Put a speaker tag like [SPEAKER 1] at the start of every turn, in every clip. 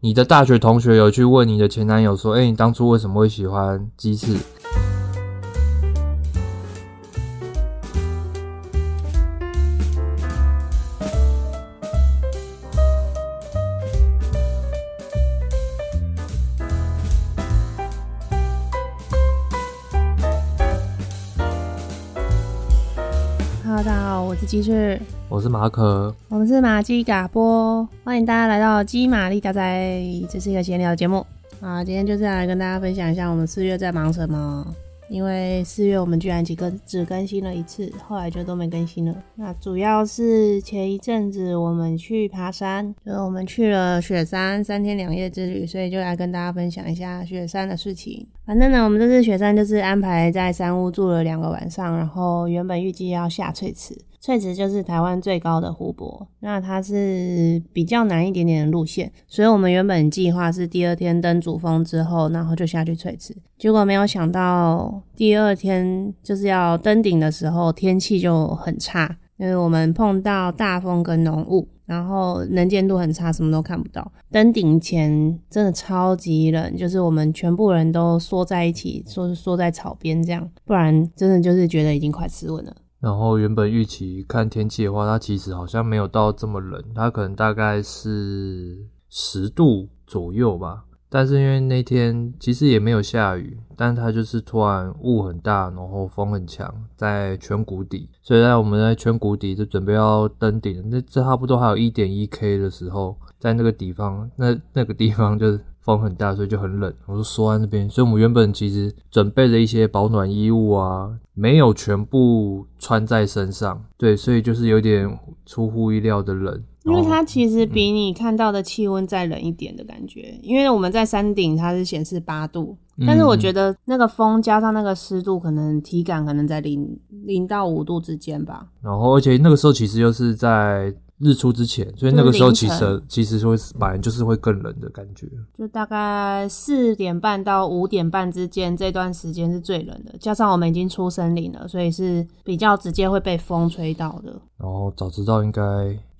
[SPEAKER 1] 你的大学同学有去问你的前男友说：“哎、你当初为什么会喜欢鸡翅
[SPEAKER 2] ？”Hello，大家好，我是鸡翅，？”
[SPEAKER 1] 我是马可，
[SPEAKER 2] 我们是马基嘎波，欢迎大家来到基玛丽嘎仔，这是一个闲聊节目啊。今天就是来跟大家分享一下我们四月在忙什么。因为四月我们居然只更只更新了一次，后来就都没更新了。那主要是前一阵子我们去爬山，就是我们去了雪山三天两夜之旅，所以就来跟大家分享一下雪山的事情。反正呢，我们这次雪山就是安排在山屋住了两个晚上，然后原本预计要下翠池，翠池就是台湾最高的湖泊，那它是比较难一点点的路线，所以我们原本计划是第二天登主峰之后，然后就下去翠池，结果没有想到第二天就是要登顶的时候，天气就很差，因为我们碰到大风跟浓雾，然后能见度很差，什么都看不到。登顶前真的超级冷，就是我们全部人都缩在一起，说是缩在草边这样，不然真的就是觉得已经快吃稳了。
[SPEAKER 1] 然后原本预期看天气的话，它其实好像没有到这么冷，它可能大概是十度左右吧。但是因为那天其实也没有下雨，但它就是突然雾很大，然后风很强，在全谷底。所以在我们在全谷底就准备要登顶，那这差不多还有一点一 k 的时候，在那个地方，那那个地方就是风很大，所以就很冷。我就缩在那边，所以我们原本其实准备了一些保暖衣物啊，没有全部穿在身上，对，所以就是有点出乎意料的冷。
[SPEAKER 2] 因为
[SPEAKER 1] 然后嗯
[SPEAKER 2] 它其实比你看到的气温再冷一点的感觉，因为我们在山顶它是显示八度，
[SPEAKER 1] 嗯
[SPEAKER 2] 但是我觉得那个风加上那个湿度，可能体感可能在零零到五度之间吧。
[SPEAKER 1] 然后而且那个时候其实又是在日出之前，所以那个时候其
[SPEAKER 2] 就是凌
[SPEAKER 1] 实其实会本来就是会更冷的感觉。
[SPEAKER 2] 就大概四点半到五点半之间这段时间是最冷的，加上我们已经出森林了，所以是比较直接会被风吹到的。
[SPEAKER 1] 然后早知道应该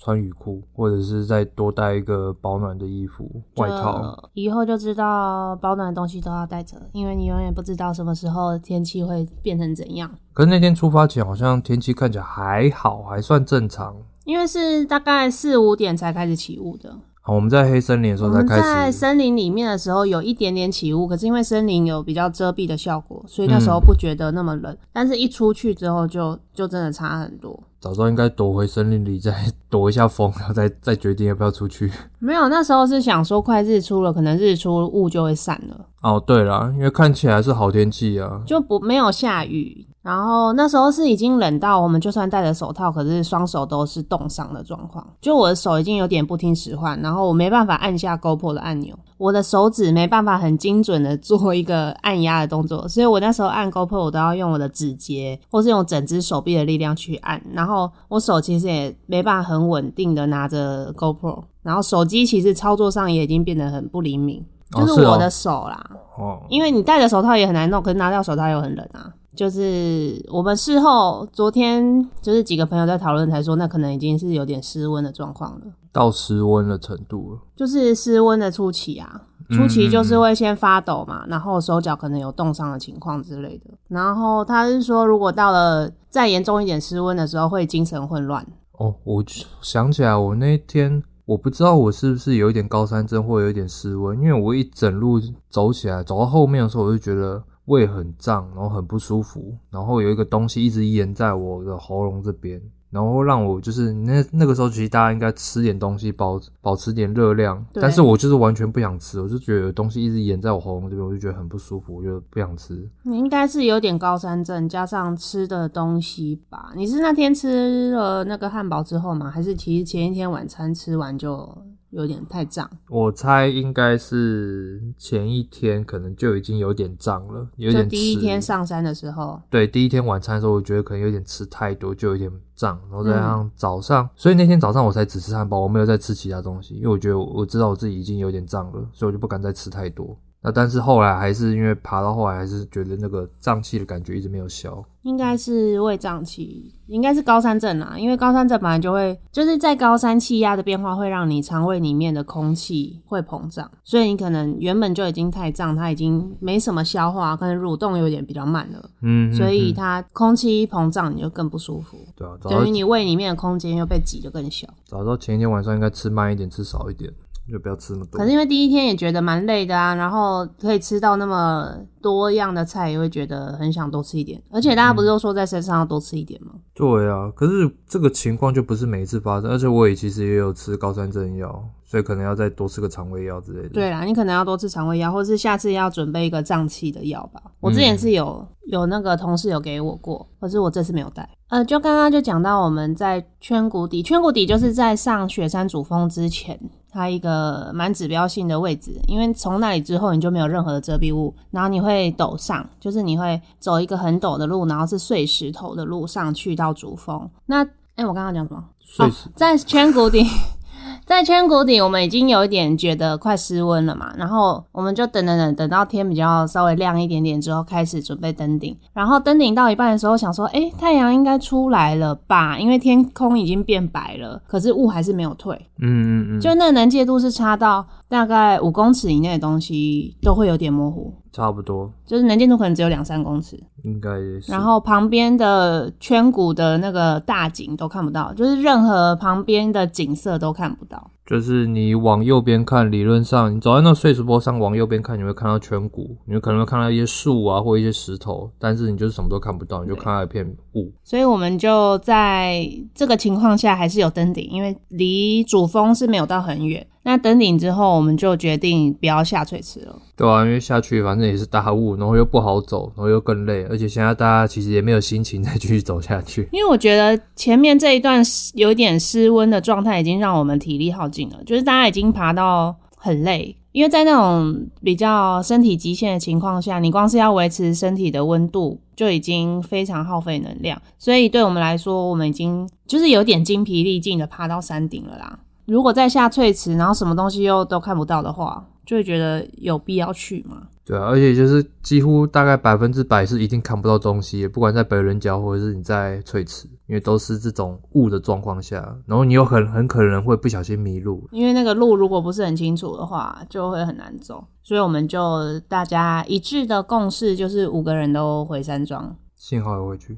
[SPEAKER 1] 穿雨裤，或者是再多带一个保暖的衣服、外套。
[SPEAKER 2] 就以后就知道保暖的东西都要带着，因为你永远不知道什么时候天气会变成怎样。
[SPEAKER 1] 可是那天出发前好像天气看起来还好，还算正常。
[SPEAKER 2] 因为是大概四五点才开始起雾的。
[SPEAKER 1] 好，我们在黑森林的时
[SPEAKER 2] 我
[SPEAKER 1] 候才
[SPEAKER 2] 们
[SPEAKER 1] 开
[SPEAKER 2] 在
[SPEAKER 1] 始，
[SPEAKER 2] 森林里面的时候有一点点起雾，可是因为森林有比较遮蔽的效果，所以那时
[SPEAKER 1] 嗯
[SPEAKER 2] 候不觉得那么冷。但是一出去之后就就真的差很多。
[SPEAKER 1] 早知道应该躲回森林里，再躲一下风，然后再再决定要不要出 去。
[SPEAKER 2] 没有，那时候是想说快日出了，可能日出雾就会散了，
[SPEAKER 1] 哦，对啦，因为看起来是好天气啊，
[SPEAKER 2] 就不没有下雨。然后那时候是已经冷到我们就算戴着手套，可是双手都是冻伤的状况。就我的手已经有点不听使唤，然后我没办法按下 GoPro 的按钮，我的手指没办法很精准的做一个按压的动作， 所以我那时候按 GoPro 我都要用我的指节或是用整只手臂的力量去按，然后我手其实也没办法很稳定的拿着 GoPro，然后手机其实操作上也已经变得很不灵敏。
[SPEAKER 1] 哦
[SPEAKER 2] 就是
[SPEAKER 1] 是哦
[SPEAKER 2] 我的手啦，
[SPEAKER 1] 哦，
[SPEAKER 2] 因为你戴着手套也很难弄，可是拿掉手套又很冷啊。就是我们事后昨天就是几个朋友在讨论，才说那可能已经是有点失温的状况了，
[SPEAKER 1] 到室温的程度了。
[SPEAKER 2] 就是失温的初期啊。初期就是会先发抖嘛，然后手脚可能有冻伤的情况之类的。然后他是说，如果到了再严重一点失温的时候，会精神混乱。
[SPEAKER 1] 哦，我就想起来，我那天我不知道我是不是有一点高山症或有一点失温，因为我一整路走起来，走到后面的时候，我就觉得胃很胀，然后很不舒服，然后有一个东西一直淹在我的喉咙这边。然后让我就是那那个时候，其实大家应该吃点东西，保保持点热量。
[SPEAKER 2] 对
[SPEAKER 1] 但是我就是完全不想吃，我就觉得有东西一直淹在我喉咙这边，我就觉得很不舒服，我就不想吃。
[SPEAKER 2] 你应该是有点高山症，加上吃的东西吧。你是那天吃了那个汉堡之后吗？还是其实前一天晚餐吃完就有点太胀？
[SPEAKER 1] 我猜应该是前一天可能就已经有点胀了，有点
[SPEAKER 2] 就第一
[SPEAKER 1] 吃
[SPEAKER 2] 天上山的时候，
[SPEAKER 1] 对，第一天晚餐的时候，我觉得可能有点吃太多，就有点胀，然
[SPEAKER 2] 嗯
[SPEAKER 1] 后再加上早上，所以那天早上我才只吃汉堡，我没有再吃其他东西，因为我觉得我我知道我自己已经有点胀了，所以我就不敢再吃太多。那但是后来还是因为爬到后来还是觉得那个胀气的感觉一直没有消，
[SPEAKER 2] 应该是胃胀气，应该是高山症啦，因为高山症本来就会，就是在高山气压的变化会让你肠胃里面的空气会膨胀，所以你可能原本就已经太胀，它已经没什么消化，可能蠕动有点比较慢了，
[SPEAKER 1] 嗯，
[SPEAKER 2] 所以
[SPEAKER 1] 嗯
[SPEAKER 2] 它空气一膨胀你就更不舒服，
[SPEAKER 1] 嗯对啊，早
[SPEAKER 2] 等于
[SPEAKER 1] 知道
[SPEAKER 2] 你胃里面的空间又被挤得更小。
[SPEAKER 1] 早知道前一天晚上应该吃慢一点，吃少一点，就不要吃那么多。
[SPEAKER 2] 可是因为第一天也觉得蛮累的啊，然后可以吃到那么多样的菜，也会觉得很想多吃一点。而且大家不是都说在山上要多吃一点吗？
[SPEAKER 1] 对啊，可是这个情况就不是每一次发生，而且我也其实也有吃高山症药，所以可能要再多吃个肠胃药之类的。
[SPEAKER 2] 对啦，你可能要多吃肠胃药，或是下次要准备一个胀气的药吧。我之前是有、有那个同事有给我过，可是我这次没有带。呃，就刚刚就讲到我们在圈谷底，圈谷底就是在上雪山主峰之前，它一个蛮指标性的位置，因为从那里之后你就没有任何的遮蔽物，然后你会陡上，就是你会走一个很陡的路，然后是碎石头的路上去到主峰。那哎、我刚刚讲什么？
[SPEAKER 1] 所以
[SPEAKER 2] 哦在圈谷底， 在圈谷底，我们已经有一点觉得快失温了嘛，然后我们就等等等等到天比较稍微亮一点点之后，开始准备登顶。然后登顶到一半的时候，想说，哎、太阳应该出来了吧？因为天空已经变白了，可是雾还是没有退，
[SPEAKER 1] 嗯嗯嗯，
[SPEAKER 2] 就那能见度是差到大概五公尺以内的东西都会有点模糊，
[SPEAKER 1] 差不多
[SPEAKER 2] 就是能见度可能只有两三公尺。
[SPEAKER 1] 应该也是。
[SPEAKER 2] 然后旁边的圈谷的那个大景都看不到，就是任何旁边的景色都看不到。
[SPEAKER 1] 就是你往右边看，理论上你走在那个碎石坡上往右边看，你会看到颧骨，你可能会看到一些树啊或一些石头，但是你就是什么都看不到，你就看到一片雾。
[SPEAKER 2] 所以我们就在这个情况下还是有登顶，因为离主峰是没有到很远。那登顶之后，我们就决定不要下垂池了。
[SPEAKER 1] 对啊，因为下去反正也是大雾，然后又不好走，然后又更累，而且现在大家其实也没有心情再继续走下去。
[SPEAKER 2] 因为我觉得前面这一段失有点失温的状态，已经让我们体力耗尽了，就是大家已经爬到很累。因为在那种比较身体极限的情况下，你光是要维持身体的温度就已经非常耗费能量，所以对我们来说，我们已经就是有点精疲力尽的爬到山顶了啦。如果再下翠池，然后什么东西又都看不到的话，就会觉得有必要去吗？
[SPEAKER 1] 对啊，而且就是几乎大概百分之百是一定看不到东西，不管在北仑角或者是你在翠池，因为都是这种雾的状况下，然后你又很很可能会不小心迷路。
[SPEAKER 2] 因为那个路如果不是很清楚的话，就会很难走，所以我们就大家一致的共识就是五个人都回山庄。
[SPEAKER 1] 幸好有回去，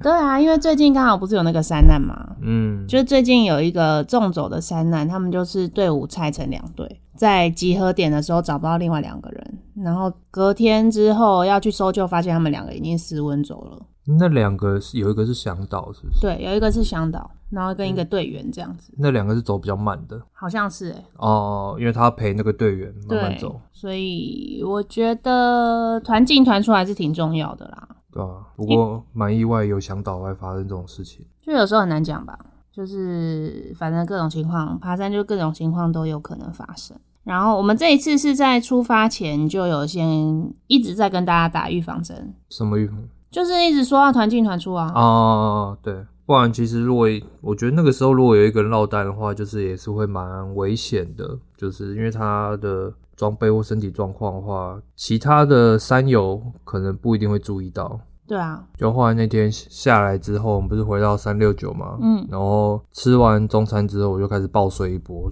[SPEAKER 2] 对啊，因为最近刚好不是有那个山难嘛，
[SPEAKER 1] 嗯，
[SPEAKER 2] 就是最近有一个纵走的山难，他们就是队伍拆成两队，在集合点的时候找不到另外两个人，然后隔天之后要去搜救，发现他们两个已经失温走了。
[SPEAKER 1] 那两个是有一个是向导，是不是？
[SPEAKER 2] 对，有一个是向导，然后跟一个队员这样子，
[SPEAKER 1] 那两个是走比较慢的
[SPEAKER 2] 好像是、欸、
[SPEAKER 1] 哦，因为他陪那个队员慢慢
[SPEAKER 2] 对
[SPEAKER 1] 走，
[SPEAKER 2] 所以我觉得团进团出还是挺重要的啦。
[SPEAKER 1] 对啊？不过蛮意外，有向导会发生这种事情。
[SPEAKER 2] 就有时候很难讲吧，就是反正各种情况，爬山就各种情况都有可能发生。然后我们这一次是在出发前就有先一直在跟大家打预防针，
[SPEAKER 1] 什么预
[SPEAKER 2] 就是一直说要团进团出啊。
[SPEAKER 1] 哦，对，不然其实如果我觉得那个时候如果有一个人落单的话，就是也是会蛮危险的，就是因为他的装备或身体状况的话，其他的山友可能不一定会注意到。
[SPEAKER 2] 对啊，
[SPEAKER 1] 就后来那天下来之后，我们不是回到三六九嘛，
[SPEAKER 2] 嗯
[SPEAKER 1] 然后吃完中餐之后，我就开始暴睡一波，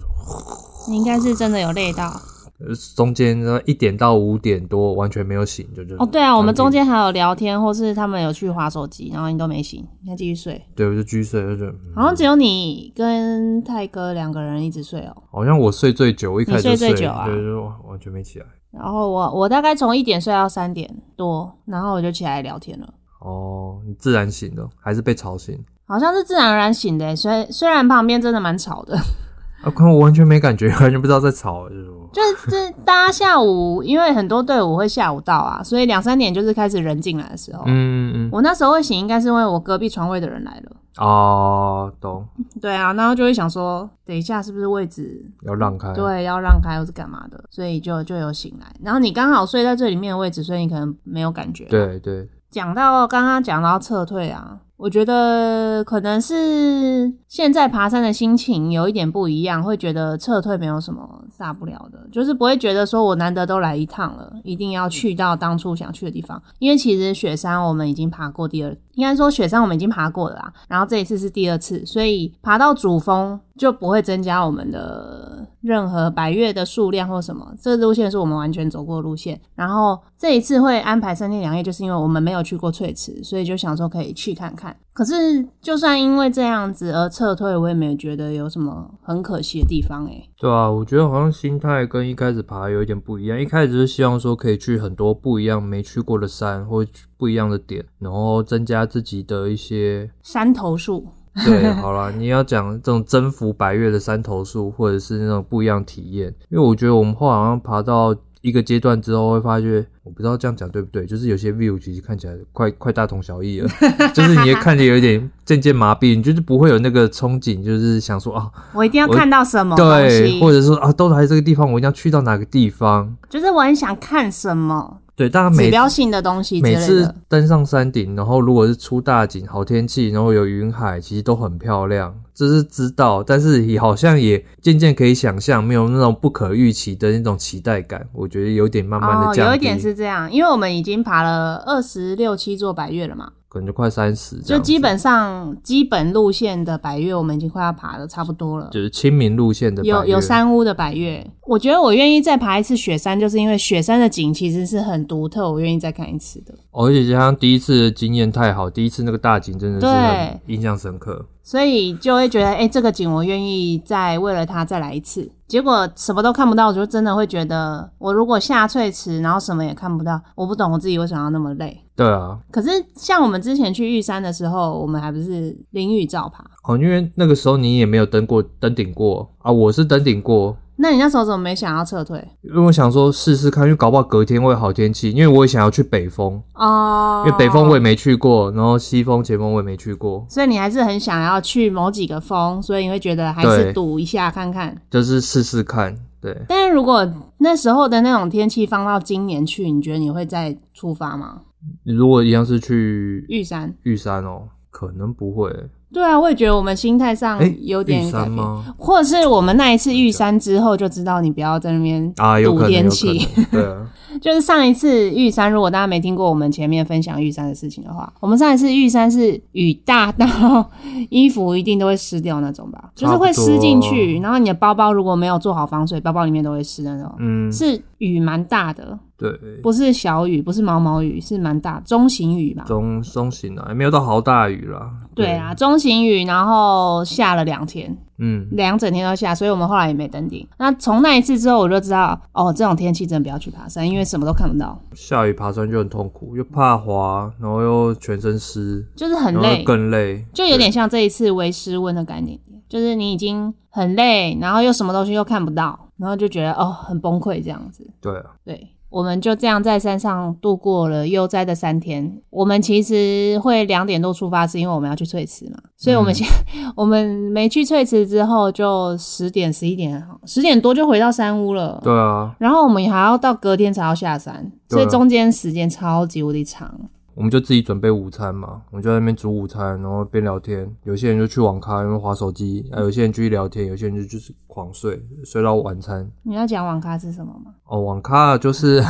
[SPEAKER 2] 你应该是真的有累到
[SPEAKER 1] 呃中间一点到五点多完全没有醒，就就
[SPEAKER 2] 哦。对啊，我们中
[SPEAKER 1] 间。
[SPEAKER 2] 间还有聊天，或是他们有去划手机，然后你都没醒，你还继续睡。
[SPEAKER 1] 对，我就继续睡，就觉得嗯
[SPEAKER 2] 好像只有你跟泰哥两个人一直睡哦。
[SPEAKER 1] 好像我睡最久，我一开始就
[SPEAKER 2] 你睡最久啊
[SPEAKER 1] 对，就完完全没起来。
[SPEAKER 2] 然后我我大概从一点睡到三点多，然后我就起来聊天了。
[SPEAKER 1] 哦，你自然醒的，还是被吵醒？
[SPEAKER 2] 好像是自然而然醒的欸，虽虽然旁边真的蛮吵的，
[SPEAKER 1] 啊，可能我完全没感觉， 完全不知道在吵，就是我
[SPEAKER 2] 就是这大家下午因为很多队伍会下午到啊，所以两三点就是开始人进来的时候。
[SPEAKER 1] 嗯嗯
[SPEAKER 2] 我那时候会醒，应该是因为我隔壁床位的人来了。
[SPEAKER 1] 哦，懂，
[SPEAKER 2] 对啊，然后就会想说，等一下是不是位置
[SPEAKER 1] 要让开。，
[SPEAKER 2] 对要让开或是干嘛的，所以就就有醒来。然后你刚好睡在最里面的位置，所以你可能没有感觉。
[SPEAKER 1] 对对，
[SPEAKER 2] 讲到刚刚讲到撤退啊，我觉得可能是现在爬山的心情有一点不一样，会觉得撤退没有什么大不了的，就是不会觉得说我难得都来一趟了，一定要去到当初想去的地方。因为其实雪山我们已经爬过第二，应该说雪山我们已经爬过了啦，然后这一次是第二次，所以爬到主峰就不会增加我们的任何百越的数量或什么。这个路线是我们完全走过的路线，然后这一次会安排三天两夜，就是因为我们没有去过翠池，所以就想说可以去看看。可是就算因为这样子而撤退，我也没有觉得有什么很可惜的地方欸诶、
[SPEAKER 1] 对啊，我觉得好像心态跟一开始爬有一点不一样。一开始是希望说可以去很多不一样没去过的山或去不一样的点，然后增加自己的一些。
[SPEAKER 2] 山头树，
[SPEAKER 1] 对，好啦，你要讲这种征服白月的山头树，或者是那种不一样的体验，因为我觉得我们后来好像爬到一个阶段之后，会发觉，我不知道这样讲对不对，就是有些 view 其实看起来快快大同小 异了，就是你也看着有一点渐渐麻痹，你就是不会有那个憧憬，就是想说啊，
[SPEAKER 2] 我一定要
[SPEAKER 1] 我
[SPEAKER 2] 看到什么东
[SPEAKER 1] 对，
[SPEAKER 2] 西，
[SPEAKER 1] 或者说啊，都来这个地方，我一定要去到哪个地方。
[SPEAKER 2] 就是我很想看什么
[SPEAKER 1] 对，大家
[SPEAKER 2] 指
[SPEAKER 1] 每
[SPEAKER 2] 标性的东西之
[SPEAKER 1] 每
[SPEAKER 2] 类
[SPEAKER 1] 次
[SPEAKER 2] 的。
[SPEAKER 1] 登上山顶，然后如果是出大景、好天气，然后有云海，其实都很漂亮，这是知道，但是也好像也渐渐可以想象，没有那种不可预期的那种期待感，我觉得有点慢慢
[SPEAKER 2] 哦
[SPEAKER 1] 的，降低，
[SPEAKER 2] 有一点是这样，因为我们已经爬了二十六七座百越了嘛，
[SPEAKER 1] 可能就快三十，
[SPEAKER 2] 就基本上基本路线的百越，我们已经快要爬的差不多了。
[SPEAKER 1] 就是亲民路线的
[SPEAKER 2] 有
[SPEAKER 1] 百越
[SPEAKER 2] 有山屋的百越，我觉得我愿意再爬一次雪山，就是因为雪山的景其实是很独特，我愿意再看一次的。
[SPEAKER 1] 哦而且加上第一次的经验太好，第一次那个大景真的是很印象深刻。
[SPEAKER 2] 所以就会觉得，哎、这个景我愿意再为了它再来一次。结果什么都看不到，我就真的会觉得，我如果下翠池，然后什么也看不到，我不懂我自己为什么要那么累。
[SPEAKER 1] 对啊，
[SPEAKER 2] 可是像我们之前去玉山的时候，我们还不是淋雨照爬？
[SPEAKER 1] 哦，因为那个时候你也没有登过登顶过啊，我是登顶过，
[SPEAKER 2] 那你那时候怎么没想要撤退？
[SPEAKER 1] 因为我想说试试看，因为搞不好隔天会有好天气，因为我也想要去北峰，
[SPEAKER 2] 哦
[SPEAKER 1] 因，为北峰我也没去过，然后西峰、前峰我也没去过，
[SPEAKER 2] 所以你还是很想要去某几个峰，所以你会觉得还是
[SPEAKER 1] 对
[SPEAKER 2] 赌一下看看。
[SPEAKER 1] 就是试试看。对，
[SPEAKER 2] 但是如果那时候的那种天气放到今年去，你觉得你会再出发吗？
[SPEAKER 1] 如果一样是去
[SPEAKER 2] 玉山？
[SPEAKER 1] 玉山哦，可能不会。
[SPEAKER 2] 对啊，我也觉得我们心态上
[SPEAKER 1] 哎，
[SPEAKER 2] 嗯有
[SPEAKER 1] 玉
[SPEAKER 2] 点改
[SPEAKER 1] 山
[SPEAKER 2] 变，
[SPEAKER 1] 吗？
[SPEAKER 2] 或者是我们那一次玉山之后就知道你不要在那边
[SPEAKER 1] 啊，有
[SPEAKER 2] 赌
[SPEAKER 1] 可能，
[SPEAKER 2] 天
[SPEAKER 1] 有
[SPEAKER 2] 气
[SPEAKER 1] 可能。对啊，
[SPEAKER 2] 就是上一次玉山，如果大家没听过我们前面分享玉山的事情的话，我们上一次玉山是雨大到 衣服一定都会湿掉那种吧，就是会湿进去，然后你的包包如果没有做好防水，包包里面都会湿的那种。
[SPEAKER 1] 嗯，
[SPEAKER 2] 是雨蛮大的，
[SPEAKER 1] 对，
[SPEAKER 2] 不是小雨，不是毛毛雨，是蛮大中型雨吧？
[SPEAKER 1] 中中型啊，也没有到好大雨啦。
[SPEAKER 2] 对啊，，中型雨，然后下了两天，
[SPEAKER 1] 嗯，
[SPEAKER 2] 两整天都下，所以我们后来也没登顶。那从那一次之后，我就知道哦，这种天气真的不要去爬山，因为什么都看不到，
[SPEAKER 1] 下雨爬山就很痛苦，又怕滑，然后又全身湿，
[SPEAKER 2] 就是很
[SPEAKER 1] 然后
[SPEAKER 2] 累
[SPEAKER 1] 又，更累，
[SPEAKER 2] 就有点像这一次微湿温的概念，就是你已经很累，然后又什么东西又看不到，然后就觉得哦很崩溃这样子。
[SPEAKER 1] 对啊，
[SPEAKER 2] 对，我们就这样在山上度过了悠哉的三天。我们其实会两点多出发，是因为我们要去翠池嘛，所以我们先、
[SPEAKER 1] 嗯
[SPEAKER 2] 我们没去翠池之后，就十点十一点十点多就回到山屋了。
[SPEAKER 1] 对啊，
[SPEAKER 2] 然后我们还要到隔天才要下山，
[SPEAKER 1] 对
[SPEAKER 2] 所
[SPEAKER 1] 啊
[SPEAKER 2] 以中间时间超级无敌长。
[SPEAKER 1] 我们就自己准备午餐嘛，我们就在那边煮午餐，然后边聊天。有些人就去网咖，然后划手机；，啊，有些人继续聊天，有些人就就是狂睡，睡到晚餐。
[SPEAKER 2] 你要讲网咖是什么吗？
[SPEAKER 1] 哦，网咖就是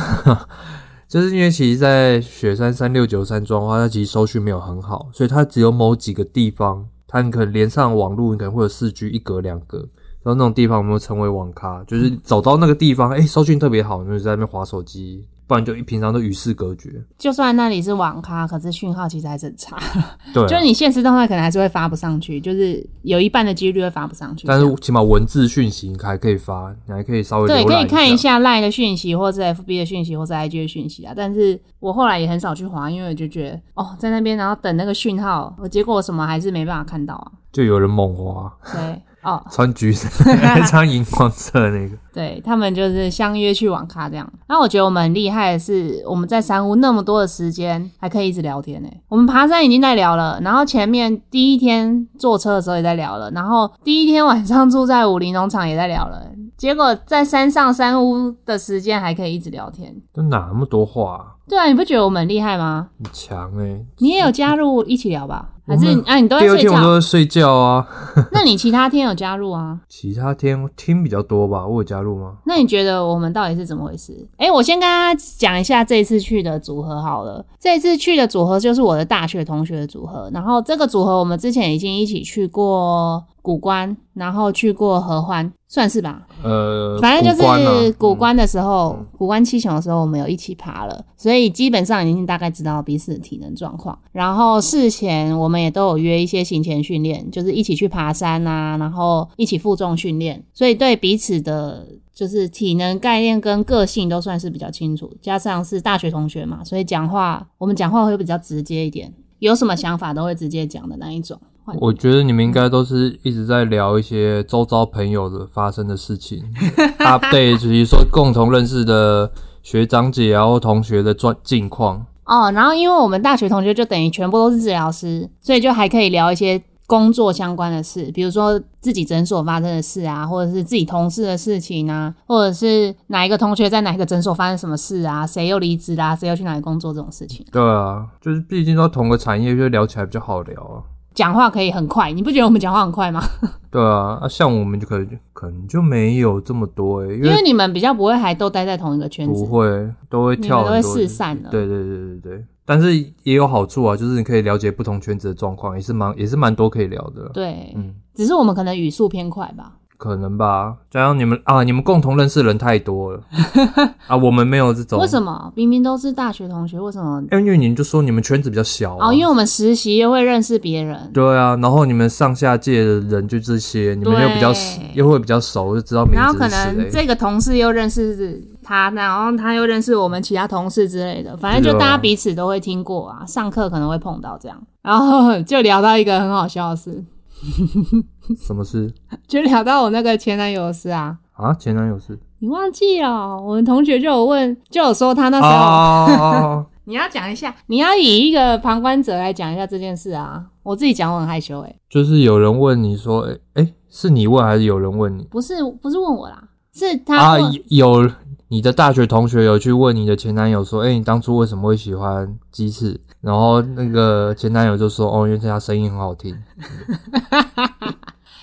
[SPEAKER 1] 就是因为其实，在雪山三六九山庄的话，它其实收讯没有很好，所以它只有某几个地方，它你可能连上网络，你可能会有四 G 一格两格，然后那种地方我们会称为网咖，就是走到那个地方，哎、收讯特别好，你就在那边划手机，不然就一平常都与世隔绝。
[SPEAKER 2] 就算那里是网咖，可是讯号其实还是很差，
[SPEAKER 1] 对啊、
[SPEAKER 2] 就是你现实动态可能还是会发不上去，就是有一半的几率会发不上去。
[SPEAKER 1] 但
[SPEAKER 2] 这
[SPEAKER 1] 是
[SPEAKER 2] 样
[SPEAKER 1] 起码文字讯息你还可以发，你还可以稍微
[SPEAKER 2] 对，
[SPEAKER 1] 浏
[SPEAKER 2] 可
[SPEAKER 1] 览
[SPEAKER 2] 以看
[SPEAKER 1] 一
[SPEAKER 2] 一。下 LINE 的讯息，或是 FB 的讯息，或是 IG 的讯息啊。但是我后来也很少去滑，因为我就觉得哦，在那边然后等那个讯号，我结果我什么还是没办法看到啊。
[SPEAKER 1] 就有人猛花，
[SPEAKER 2] 对，哦，
[SPEAKER 1] 穿橘 色，穿荧光色的那个，
[SPEAKER 2] 对他们就是相约去网咖这样。那我觉得我们很厉害的是，我们在山屋那么多的时间，还可以一直聊天呢、我们爬山已经在聊了，然后前面第一天坐车的时候也在聊了，然后第一天晚上住在武林农场也在聊了。结果在山上山屋的时间还可以一直聊天，
[SPEAKER 1] 就哪那么多话、啊？
[SPEAKER 2] 对啊，你不觉得我们很厉害吗？
[SPEAKER 1] 很强哎、
[SPEAKER 2] 你也有加入一起聊吧？还
[SPEAKER 1] 我
[SPEAKER 2] 是
[SPEAKER 1] 们
[SPEAKER 2] 啊，你都在
[SPEAKER 1] 第二
[SPEAKER 2] 睡
[SPEAKER 1] 天我们
[SPEAKER 2] 觉？
[SPEAKER 1] 都在睡觉啊，
[SPEAKER 2] 那你其他天有加入啊？
[SPEAKER 1] 其他天听比较多吧？我有加入吗？
[SPEAKER 2] 那你觉得我们到底是怎么回事？哎、我先跟大家讲一下这一次去的组合好了。这一次去的组合就是我的大学同学的组合，然后这个组合我们之前已经一起去过古关，然后去过合欢，算是吧。
[SPEAKER 1] 呃，
[SPEAKER 2] 反正就
[SPEAKER 1] 古关啊
[SPEAKER 2] 是古
[SPEAKER 1] 嗯
[SPEAKER 2] 关的时候，古关七雄的时候，我们有一起爬了，所以基本上已经大概知道彼此的体能状况。然后事前我们也都有约一些行前训练，就是一起去爬山啊，然后一起负重训练，所以对彼此的。就是体能概念跟个性都算是比较清楚，加上是大学同学嘛，所以讲话我们讲话会比较直接一点，有什么想法都会直接讲的那一种。
[SPEAKER 1] 我觉得你们应该都是一直在聊一些周遭朋友的发生的事情 ，update，比如说共同认识的学长姐啊或同学的状近况。
[SPEAKER 2] 哦，然后因为我们大学同学就等于全部都是治疗师，所以就还可以聊一些工作相关的事，比如说自己诊所发生的事啊，或者是自己同事的事情啊，或者是哪一个同学在哪一个诊所发生什么事啊，谁又离职啦、谁又去哪里工作这种事情，
[SPEAKER 1] 对啊，就是毕竟都同个产业，就聊起来比较好聊啊。
[SPEAKER 2] 讲话可以很快，你不觉得我们讲话很快吗？
[SPEAKER 1] 对啊，啊像我们就可能可能就没有这么多欸诶、因
[SPEAKER 2] 因为
[SPEAKER 1] 为
[SPEAKER 2] 你们比较不会还都待在同一个圈
[SPEAKER 1] 不
[SPEAKER 2] 子，
[SPEAKER 1] 会都会
[SPEAKER 2] 你们
[SPEAKER 1] 跳
[SPEAKER 2] 都
[SPEAKER 1] 很
[SPEAKER 2] 会啊
[SPEAKER 1] 多。
[SPEAKER 2] 四散的。
[SPEAKER 1] 对对对对对，但是也有好处啊，就是你可以了解不同圈子的状况，也是蛮也是蛮多可以聊的。
[SPEAKER 2] 对，
[SPEAKER 1] 嗯，
[SPEAKER 2] 只是我们可能语速偏快吧。
[SPEAKER 1] 可能吧，加上你们啊，你们共同认识的人太多 了啊，我们没有这种。
[SPEAKER 2] 为什
[SPEAKER 1] 么？
[SPEAKER 2] 么明明都是大学同学，为什么？
[SPEAKER 1] 因为你们就说你们圈子比较小、啊、
[SPEAKER 2] 哦，因为我们实习又会认识别人，
[SPEAKER 1] 对啊，然后你们上下届的人就这些，你们又比较熟
[SPEAKER 2] 对
[SPEAKER 1] 又会比较熟，就知道名
[SPEAKER 2] 然后
[SPEAKER 1] 字
[SPEAKER 2] 可
[SPEAKER 1] 是哎谁。
[SPEAKER 2] 能这个同事又认识他，然后他又认识我们其他同事之类的，反正就
[SPEAKER 1] 对啊
[SPEAKER 2] 大家彼此都会听过啊，上课可能会碰到这样，然后就聊到一个很好笑的事，
[SPEAKER 1] 什么事
[SPEAKER 2] 就聊到我那个前男友的事啊，
[SPEAKER 1] 啊？前男友是
[SPEAKER 2] 你忘记了？我们同学就有问，就有说他那时候、
[SPEAKER 1] 啊，
[SPEAKER 2] 你要讲一下，你要以一个旁观者来讲一下这件事啊，我自己讲我很害羞诶、哎
[SPEAKER 1] 就是有人问你说，哎、哎、是你问还是有人问你
[SPEAKER 2] 不是不是问我啦，是他
[SPEAKER 1] 啊
[SPEAKER 2] 问、？
[SPEAKER 1] 有你的大学同学有去问你的前男友说，哎、你当初为什么会喜欢鸡翅？然后那个前男友就说，哦，因为他声音很好听。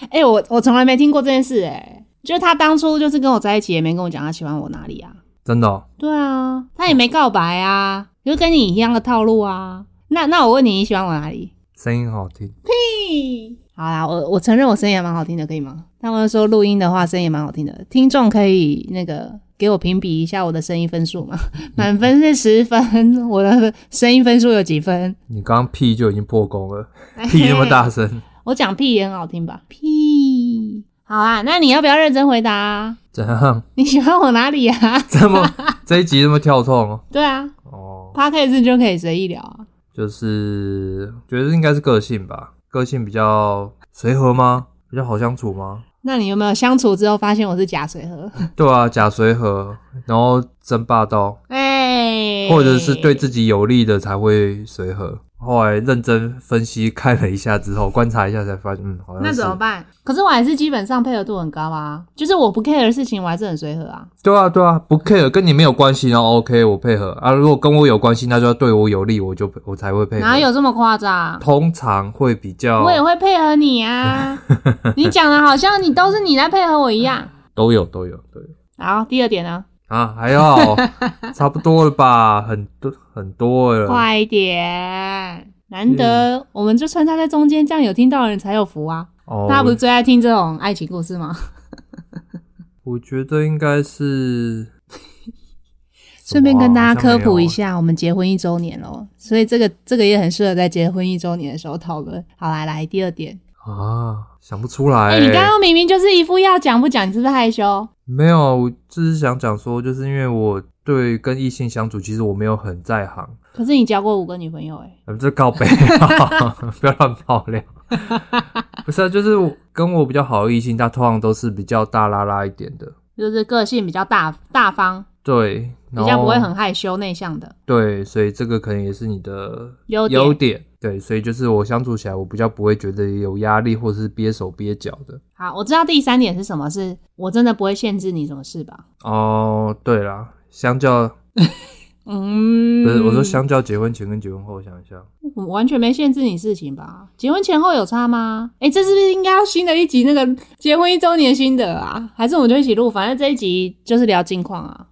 [SPEAKER 2] 哎、我我从来没听过这件事、欸，就是他当初就是跟我在一起，也没跟我讲他喜欢我哪里啊。
[SPEAKER 1] 真的、哦？
[SPEAKER 2] 对啊，他也没告白啊，就跟你一样的套路啊。那那我问你，你喜欢我哪里？
[SPEAKER 1] 声音很好听，
[SPEAKER 2] 嘿，好啦，我我承认我声音也蛮好听的，可以吗？他们说录音的话声音也蛮好听的，听众可以那个给我评比一下我的声音分数 吗？满分是十分，我的声音分数有几分？
[SPEAKER 1] 你刚刚屁就已经破功了，屁那么大声，
[SPEAKER 2] 我讲屁也很好听吧？屁。好啊，那你要不要认真回答、啊？
[SPEAKER 1] 怎样？
[SPEAKER 2] 你喜欢我哪里啊？
[SPEAKER 1] 这么这一集这么跳痛
[SPEAKER 2] 对啊
[SPEAKER 1] 哦，
[SPEAKER 2] ，podcast 就可以随意聊啊。
[SPEAKER 1] 就是觉得应该是个性吧，个性比较随和吗？比较好相处吗？
[SPEAKER 2] 那你有没有相处之后发现我是假随和？
[SPEAKER 1] 对啊，假随和，然后真霸道，
[SPEAKER 2] 哎、
[SPEAKER 1] 或者是对自己有利的才会随和。后来认真分析看了一下之后，观察一下才发现，嗯，好像
[SPEAKER 2] 那
[SPEAKER 1] 是
[SPEAKER 2] 怎么办？可是我还是基本上配合度很高啊，就是我不 care 的事情，我还是很随和啊。
[SPEAKER 1] 对啊，对啊，不 care 跟你没有关系，然后 OK 我配合啊。如果跟我有关系，那就要对我有利，我就我才会配合。哦
[SPEAKER 2] 哪有这么夸张？
[SPEAKER 1] 通常会比较
[SPEAKER 2] 我也会配合你 啊！你讲的好像你都是你在配合我一样。
[SPEAKER 1] 都有都有都有
[SPEAKER 2] 好，第二点呢？
[SPEAKER 1] 啊，还 好，差不多了吧，很多很多了。
[SPEAKER 2] 快一点！难
[SPEAKER 1] 嗯
[SPEAKER 2] 得我们就穿插在中间，这样有听到的人才有福啊！
[SPEAKER 1] 哦，
[SPEAKER 2] 大家不是最爱听这种爱情故事吗？
[SPEAKER 1] 我觉得应该是
[SPEAKER 2] 顺便跟大家科普
[SPEAKER 1] 什么啊，好像没
[SPEAKER 2] 一
[SPEAKER 1] 有
[SPEAKER 2] 下，我们结婚一周年喽，所以这个这个也很适合在结婚一周年的时候讨论。好，来来，第二点，
[SPEAKER 1] 啊，想不出来、
[SPEAKER 2] 哎、
[SPEAKER 1] 欸。
[SPEAKER 2] 你刚刚明明就是一副要讲不讲，你是不是害羞？
[SPEAKER 1] 没有啊，我只是想讲说，就是因为我对跟异性相处，其实我没有很在行。
[SPEAKER 2] 可是你交过五个女朋友、哎，
[SPEAKER 1] 呃，这告白，啊 不要乱爆料。不是啊，就是我跟我比较好的异性，他通常都是比较大拉拉一点的，
[SPEAKER 2] 就是个性比较大大方，
[SPEAKER 1] 对，
[SPEAKER 2] 比
[SPEAKER 1] 然
[SPEAKER 2] 较不会
[SPEAKER 1] 后
[SPEAKER 2] 很害羞内向的。
[SPEAKER 1] 对，所以这个可能也是你的
[SPEAKER 2] 优点
[SPEAKER 1] 优点。对，所以就是我相处起来，我比较不会觉得有压力或是憋手憋脚的。
[SPEAKER 2] 好，我知道第三点是什么，是我真的不会限制你什么事吧？
[SPEAKER 1] 哦，对啦，相较
[SPEAKER 2] 嗯，
[SPEAKER 1] 不是，我说相较结婚前跟结婚后，我想一下，
[SPEAKER 2] 我们完全没限制你事情吧？结婚前后有差吗？哎、这是不是应该要新的一集那个结婚一周年心得啊？还是我们就一起录？反正这一集就是聊近况啊。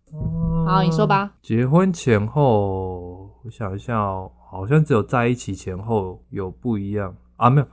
[SPEAKER 2] 好，你说吧。
[SPEAKER 1] 结婚前后，我想一下哦，好像只有在一起前后有不一样啊，没有，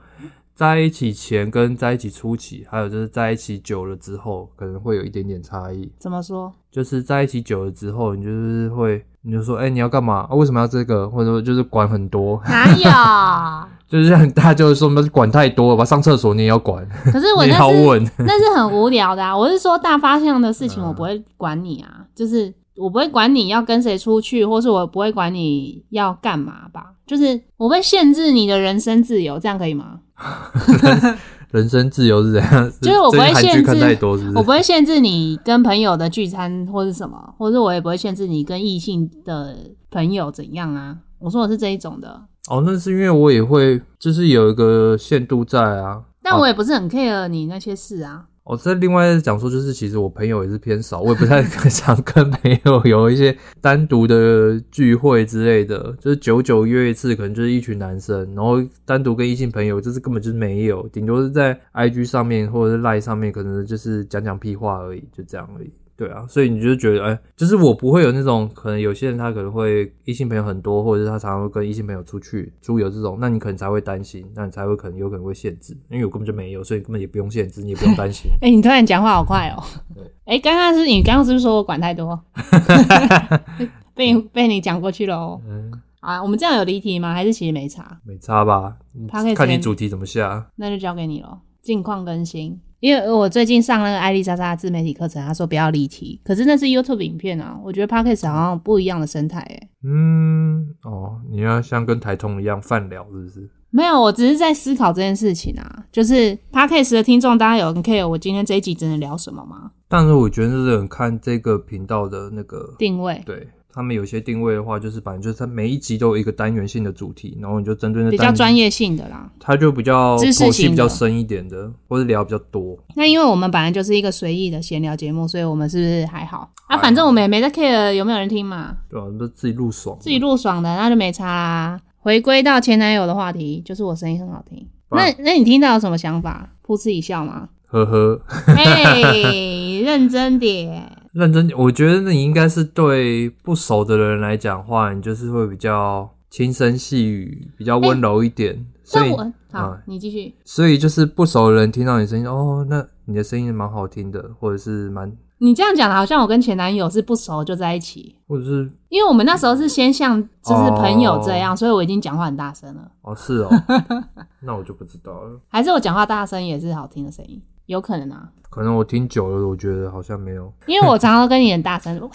[SPEAKER 1] 在一起前跟在一起初期，还有就是在一起久了之后，可能会有一点点差异。
[SPEAKER 2] 怎 么说？
[SPEAKER 1] 就是在一起久了之后，你就是会，你就说，哎、你要干嘛、啊？为什么要这个？或者说就是管很多，
[SPEAKER 2] 哪
[SPEAKER 1] 就是像大家就是说，管太多了吧？上厕所你也要管，
[SPEAKER 2] 有？可是我
[SPEAKER 1] 你
[SPEAKER 2] 那
[SPEAKER 1] 好
[SPEAKER 2] 是
[SPEAKER 1] 稳。啊
[SPEAKER 2] 那是很无聊的啊。我是说大方向的事情，我不会管你啊，就是我不会管你要跟谁出去，或是我不会管你要干嘛吧。就是我会限制你的人身自由，这样可以吗？
[SPEAKER 1] 人生自由是怎样？
[SPEAKER 2] 就是我不会
[SPEAKER 1] 这些韩剧
[SPEAKER 2] 限制
[SPEAKER 1] 看太多，是不是？
[SPEAKER 2] 我不会限制你跟朋友的聚餐或是什么，或者我也不会限制你跟异性的朋友怎样啊。我说我是这一种的，
[SPEAKER 1] 哦，那是因为我也会，就是有一个限度在啊。
[SPEAKER 2] 但我也不是很 care 你那些事啊。
[SPEAKER 1] 哦，这另外讲说，就是其实我朋友也是偏少，我也不太 常跟朋友有一些单独的聚会之类的，就是久久约一次，可能就是一群男生，然后单独跟异性朋友，就是根本就是没有，顶多是在 IG 上面或者是 Line 上面，可能就是讲讲屁话而已，就这样而已。对啊，所以你就觉得，哎，就是我不会有那种可能，有些人他可能会异性朋友很多，或者是他常常会跟异性朋友出去出游这种，那你可能才会担心，那你才会可能有可能会限制，因为我根本就没有，所以根本也不用限制，你也不用担心。
[SPEAKER 2] 哎、你突然讲话好快哦、
[SPEAKER 1] 对
[SPEAKER 2] 哎、刚刚是你刚刚是不是说我管 太多？被你被你讲过去了哦。
[SPEAKER 1] 嗯，
[SPEAKER 2] 啊，我们这样有离题吗？还是其实没差？
[SPEAKER 1] 没差吧？你
[SPEAKER 2] Podcast
[SPEAKER 1] 看你
[SPEAKER 2] 先
[SPEAKER 1] 主题怎么下。
[SPEAKER 2] 那就交给你咯。近况更新，因为我最近上那个艾丽莎莎的自媒体课程，她说不要离题，可是那是 YouTube 影片啊，我觉得 Podcast 好像不一样的生态哎、
[SPEAKER 1] 嗯，哦，你要像跟台通一样泛聊，是不是？
[SPEAKER 2] 没有，我只是在思考这件事情啊，就是 podcast 的听众，大家有人 care 我今天这一集只能聊什么吗？
[SPEAKER 1] 但是我觉得就是很看这个频道的那个，
[SPEAKER 2] 定位
[SPEAKER 1] 对他们有些定位的话，就是反正就是它每一集都有一个单元性的主题，然后你就针对那
[SPEAKER 2] 比较
[SPEAKER 1] 单
[SPEAKER 2] 专，业性的啦。
[SPEAKER 1] 它就比较
[SPEAKER 2] 知识
[SPEAKER 1] 剖析
[SPEAKER 2] 型
[SPEAKER 1] 比较
[SPEAKER 2] 的
[SPEAKER 1] 深一点的，或者聊比较多。
[SPEAKER 2] 那因为我们本来就是一个随意的闲聊节目，所以我们是不是还好
[SPEAKER 1] 还好
[SPEAKER 2] 啊？反正我们也没在 care 有没有人听嘛，
[SPEAKER 1] 对啊，就自己录爽，
[SPEAKER 2] 自己录爽的，那就没差啦。回归到前男友的话题，就是我声音很好听。那那你听到有什么想法？噗嗤一 笑吗？
[SPEAKER 1] 呵呵。
[SPEAKER 2] 嘿，认真点。
[SPEAKER 1] 认真，我觉得你应该是对不熟的人来讲话，你就是会比较轻声细语，比较温柔一点。所
[SPEAKER 2] 但
[SPEAKER 1] 以
[SPEAKER 2] 我好
[SPEAKER 1] 嗯，
[SPEAKER 2] 你继续。
[SPEAKER 1] 所以就是不熟的人听到你声音，哦，那你的声音蛮好听的，或者是蛮，
[SPEAKER 2] 你这样讲的，好像我跟前男友是不熟就在一起。
[SPEAKER 1] 或者是
[SPEAKER 2] 因为我们那时候是先像就是朋友这样，所以我已经讲话很大声了。
[SPEAKER 1] 哦是哦，那我就不知道了。
[SPEAKER 2] 还是我讲话大声也是好听的声音，有可能啊。
[SPEAKER 1] 可能我听久了，我觉得好像没有。
[SPEAKER 2] 因为我常常都跟你很大声，嘿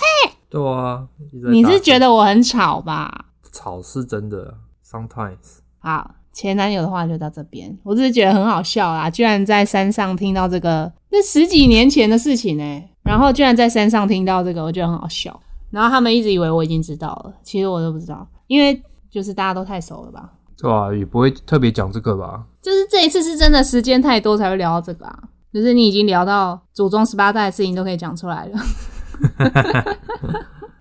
[SPEAKER 1] 对啊，一直在
[SPEAKER 2] 你
[SPEAKER 1] 打
[SPEAKER 2] 是
[SPEAKER 1] 字
[SPEAKER 2] 觉得我很吵吧？
[SPEAKER 1] 吵是真的啊，sometimes
[SPEAKER 2] 好，前男友的话就到这边，我只是觉得很好笑啦，居然在山上听到这个，那十几年前的事情呢、然后居然在山上听到这个，我觉得很好笑。然后他们一直以为我已经知道了，其实我都不知道，因为就是大家都太熟了吧。
[SPEAKER 1] 对啊，也不会特别讲这个吧。
[SPEAKER 2] 就是这一次是真的时间太多才会聊到这个啊，就是你已经聊到祖宗十八代的事情都可以讲出来了。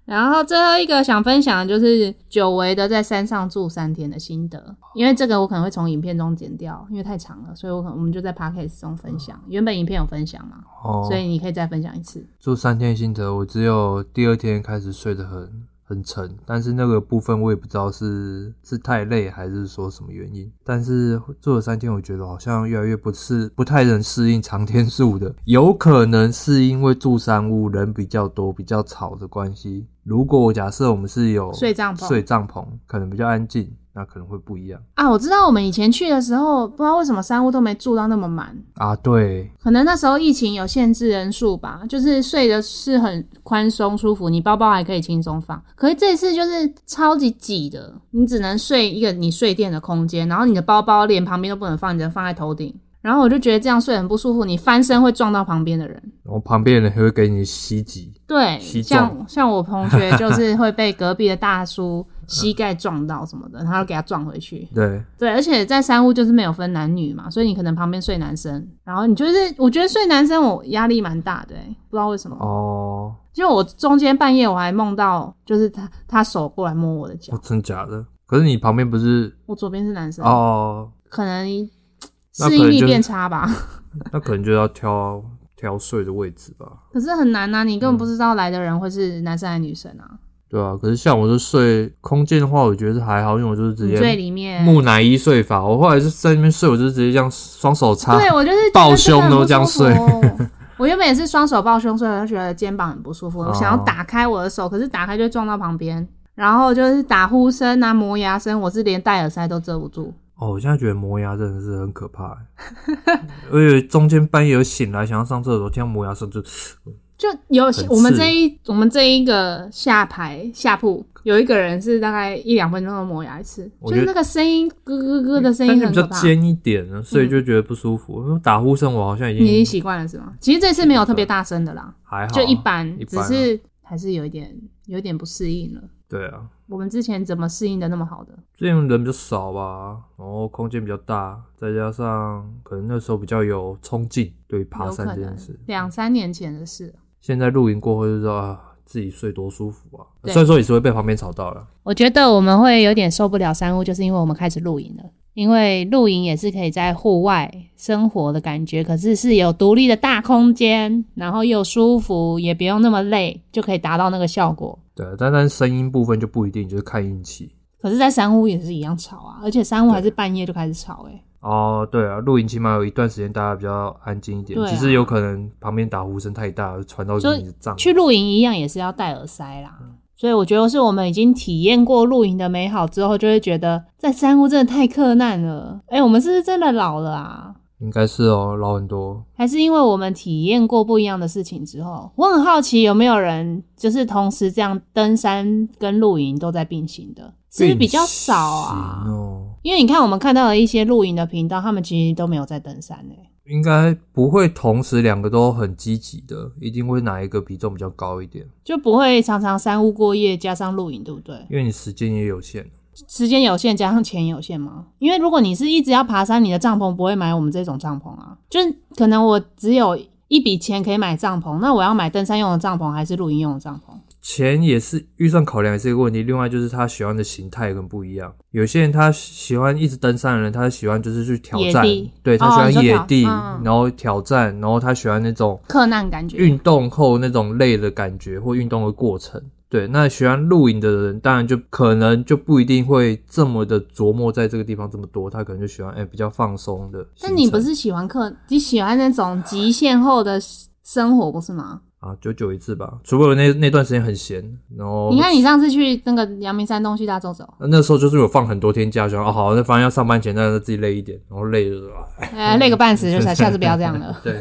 [SPEAKER 2] 然后最后一个想分享的就是久违的在山上住三天的心得，因为这个我可能会从影片中剪掉，因为太长了，所以我可能我们就在 podcast 中分享。原本影片有分享嘛，
[SPEAKER 1] 哦，
[SPEAKER 2] 所以你可以再分享一次。
[SPEAKER 1] 住三天心得，我只有第二天开始睡得很很沉，但是那个部分我也不知道是是太累还是说什么原因。但是住了三天，我觉得好像越来越不适，不太能适应长天数的，有可能是因为住山屋人比较多、比较吵的关系。如果我假设我们是有
[SPEAKER 2] 睡帐篷
[SPEAKER 1] 睡帐篷可能比较安静，那可能会不一样
[SPEAKER 2] 啊，我知道我们以前去的时候，不知道为什么山屋都没住到那么满，
[SPEAKER 1] 啊。对，
[SPEAKER 2] 可能那时候疫情有限制人数吧，就是睡的是很宽松舒服，你包包还可以轻松放。可是这次就是超级挤的，你只能睡一个你睡垫的空间，然后你的包包连旁边都不能放，你只能放在头顶。然后我就觉得这样睡很不舒服，你翻身会撞到旁边的人。
[SPEAKER 1] 然后旁边的人还会给你袭击。
[SPEAKER 2] 对，
[SPEAKER 1] 膝
[SPEAKER 2] 像像我同学就是会被隔壁的大 叔膝盖撞到什么的，然后给他撞回去。
[SPEAKER 1] 对，
[SPEAKER 2] 对，而且在山屋就是没有分男女嘛，所以你可能旁边睡男生，然后你就是我觉得睡男生我压力蛮大的、欸，不知道为什么。
[SPEAKER 1] 哦，哦，
[SPEAKER 2] 就我中间半夜我还梦到，就是他他手过来摸我的脚
[SPEAKER 1] 哦，真假的？可是你旁边不是
[SPEAKER 2] 我左边是男生，
[SPEAKER 1] 哦，
[SPEAKER 2] 可能
[SPEAKER 1] 那
[SPEAKER 2] 适
[SPEAKER 1] 可
[SPEAKER 2] 应
[SPEAKER 1] 能
[SPEAKER 2] 力
[SPEAKER 1] 就是
[SPEAKER 2] 变 差吧。
[SPEAKER 1] 那可能就要挑挑睡的位置吧。
[SPEAKER 2] 可是很难呐、你根
[SPEAKER 1] 嗯
[SPEAKER 2] 本不知道来的人会是男生还是女生啊。
[SPEAKER 1] 对啊，可是像我就睡空间的话，我觉得还好，因为我就是直
[SPEAKER 2] 你最
[SPEAKER 1] 接
[SPEAKER 2] 里面，
[SPEAKER 1] 木乃伊睡法。我后来是在那边睡，我就直接这样双手插，
[SPEAKER 2] 对我就是觉得
[SPEAKER 1] 抱胸都这样睡
[SPEAKER 2] 这个 很不舒服。我原本也是双手抱胸睡，我就觉得肩膀很不舒服，我想
[SPEAKER 1] 哦
[SPEAKER 2] 要打开我的手，可是打开就撞到旁边，然后就是打呼声啊、磨牙声，我是连戴耳塞都遮不住。
[SPEAKER 1] 哦，我现在觉得磨牙真的是很可怕欸，而且中间半夜有醒来想要上厕所，听到磨牙声就
[SPEAKER 2] 就有
[SPEAKER 1] 刺
[SPEAKER 2] 我们这一我们这一个下排下铺有一个人是大概一两分钟的磨牙一次，
[SPEAKER 1] 我
[SPEAKER 2] 就
[SPEAKER 1] 觉
[SPEAKER 2] 是
[SPEAKER 1] 得
[SPEAKER 2] 那个声音咯咯咯的声
[SPEAKER 1] 但
[SPEAKER 2] 音
[SPEAKER 1] 是
[SPEAKER 2] 很
[SPEAKER 1] 比较
[SPEAKER 2] 可怕。
[SPEAKER 1] 尖一点呢，所以就觉得不舒服。打呼声我好像已
[SPEAKER 2] 你已经
[SPEAKER 1] 经
[SPEAKER 2] 习惯了是吗？其实这次没有特别大声的啦，
[SPEAKER 1] 还好，
[SPEAKER 2] 就一。般
[SPEAKER 1] 一，
[SPEAKER 2] 只
[SPEAKER 1] 般啊
[SPEAKER 2] 是还是有一点有一点不适应了。
[SPEAKER 1] 对啊，
[SPEAKER 2] 我们之前怎么适应的那么好的？
[SPEAKER 1] 最近人比较少吧，然后空间比较大，再加上可能那时候比较有冲劲，对于爬
[SPEAKER 2] 有
[SPEAKER 1] 山
[SPEAKER 2] 可
[SPEAKER 1] 这
[SPEAKER 2] 能
[SPEAKER 1] 件事。
[SPEAKER 2] 两三年前的事。
[SPEAKER 1] 现在露营过后就知道啊，自己睡多舒服啊。
[SPEAKER 2] 对
[SPEAKER 1] 虽然说也是会被旁边吵到了，
[SPEAKER 2] 我觉得我们会有点受不了山屋，就是因为我们开始露营了。因为露营也是可以在户外生活的感觉，可是是有独立的大空间，然后又舒服，也不用那么累，就可以达到那个效果。
[SPEAKER 1] 对啊，但但是声音部分就不一定，就是看运气。
[SPEAKER 2] 可是，在山屋也是一样吵啊，而且山屋还是
[SPEAKER 1] 对
[SPEAKER 2] 半夜就开始吵、欸，诶，
[SPEAKER 1] 哦，对啊，露营起码有一段时间大家比较安静一点，
[SPEAKER 2] 对啊
[SPEAKER 1] 只是有可能旁边打呼声太大，传到你
[SPEAKER 2] 就
[SPEAKER 1] 的帐。
[SPEAKER 2] 去露营一样也是要戴耳塞啦。
[SPEAKER 1] 嗯
[SPEAKER 2] 所以我觉得是我们已经体验过露营的美好之后，就会觉得在山屋真的太克难了。哎、我们是不是真的老了啊？
[SPEAKER 1] 应该是哦，老很多。
[SPEAKER 2] 还是因为我们体验过不一样的事情之后，我很好奇有没有人就是同时这样登山跟露营都在并行的，是不是比较少
[SPEAKER 1] 并行
[SPEAKER 2] 啊？
[SPEAKER 1] 哦，
[SPEAKER 2] 因为你看我们看到的一些露营的频道，他们其实都没有在登山欸诶、
[SPEAKER 1] 应该不会同时两个都很积极的，一定会哪一个比重比较高一点，
[SPEAKER 2] 就不会常常山屋过夜加上露营，对不对？
[SPEAKER 1] 因为你时间也有限。
[SPEAKER 2] 时间有限加上钱有限吗？因为如果你是一直要爬山，你的帐篷不会买我们这种帐篷啊。就是可能我只有一笔钱可以买帐篷，那我要买登山用的帐篷还是露营用的帐篷？
[SPEAKER 1] 钱也是预算考量也是一个问题，另外就是他喜欢的形态也很不一样。有些人他喜欢一直登山的人，他喜欢就是去挑战
[SPEAKER 2] 野地，
[SPEAKER 1] 对他
[SPEAKER 2] 哦
[SPEAKER 1] 喜
[SPEAKER 2] 你说
[SPEAKER 1] 欢野
[SPEAKER 2] 挑
[SPEAKER 1] 地，
[SPEAKER 2] 嗯
[SPEAKER 1] 然后挑战，然后他喜欢那种
[SPEAKER 2] 克难感觉。
[SPEAKER 1] 运动后那种累的感觉或运动的过程。对，那喜欢露营的人，当然就可能就不一定会这么的琢磨在这个地方这么多，他可能就喜欢哎、比较放松的行程。
[SPEAKER 2] 但你不是喜欢克，你喜欢那种极限后的生活，不是吗？
[SPEAKER 1] 啊，久久一次吧，除非我那那段时间很闲，然后
[SPEAKER 2] 你看你上次去那个阳明山东西大走走，
[SPEAKER 1] 那时候就是有放很多天假，想哦好，那反正要上班前，那自己累一点，然后累了吧，
[SPEAKER 2] 哎，累个 半死，就
[SPEAKER 1] 嗯
[SPEAKER 2] 想下次不要这样了。
[SPEAKER 1] 对，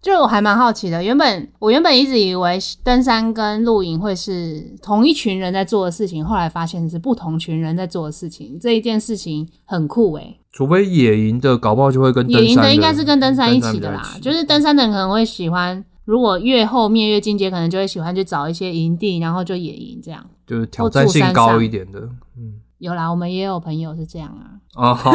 [SPEAKER 2] 就我还蛮好奇的，原本我原本一直以为登山跟露营会是同一群人在做的事情，后来发现是不同群人在做的事情。这一件事情很酷诶、
[SPEAKER 1] 除非野营的，搞不好就会跟登
[SPEAKER 2] 野营
[SPEAKER 1] 山
[SPEAKER 2] 的应该是跟登山一起的
[SPEAKER 1] 登山
[SPEAKER 2] 啦
[SPEAKER 1] 比较，一起
[SPEAKER 2] 就是登山的人可能会喜欢，如果越后面越进阶，可能就会喜欢去找一些营地，然后就野营这样。
[SPEAKER 1] 就是挑战性高一点的，嗯，
[SPEAKER 2] 有啦，我们也有朋友是这样啊，
[SPEAKER 1] 哦，好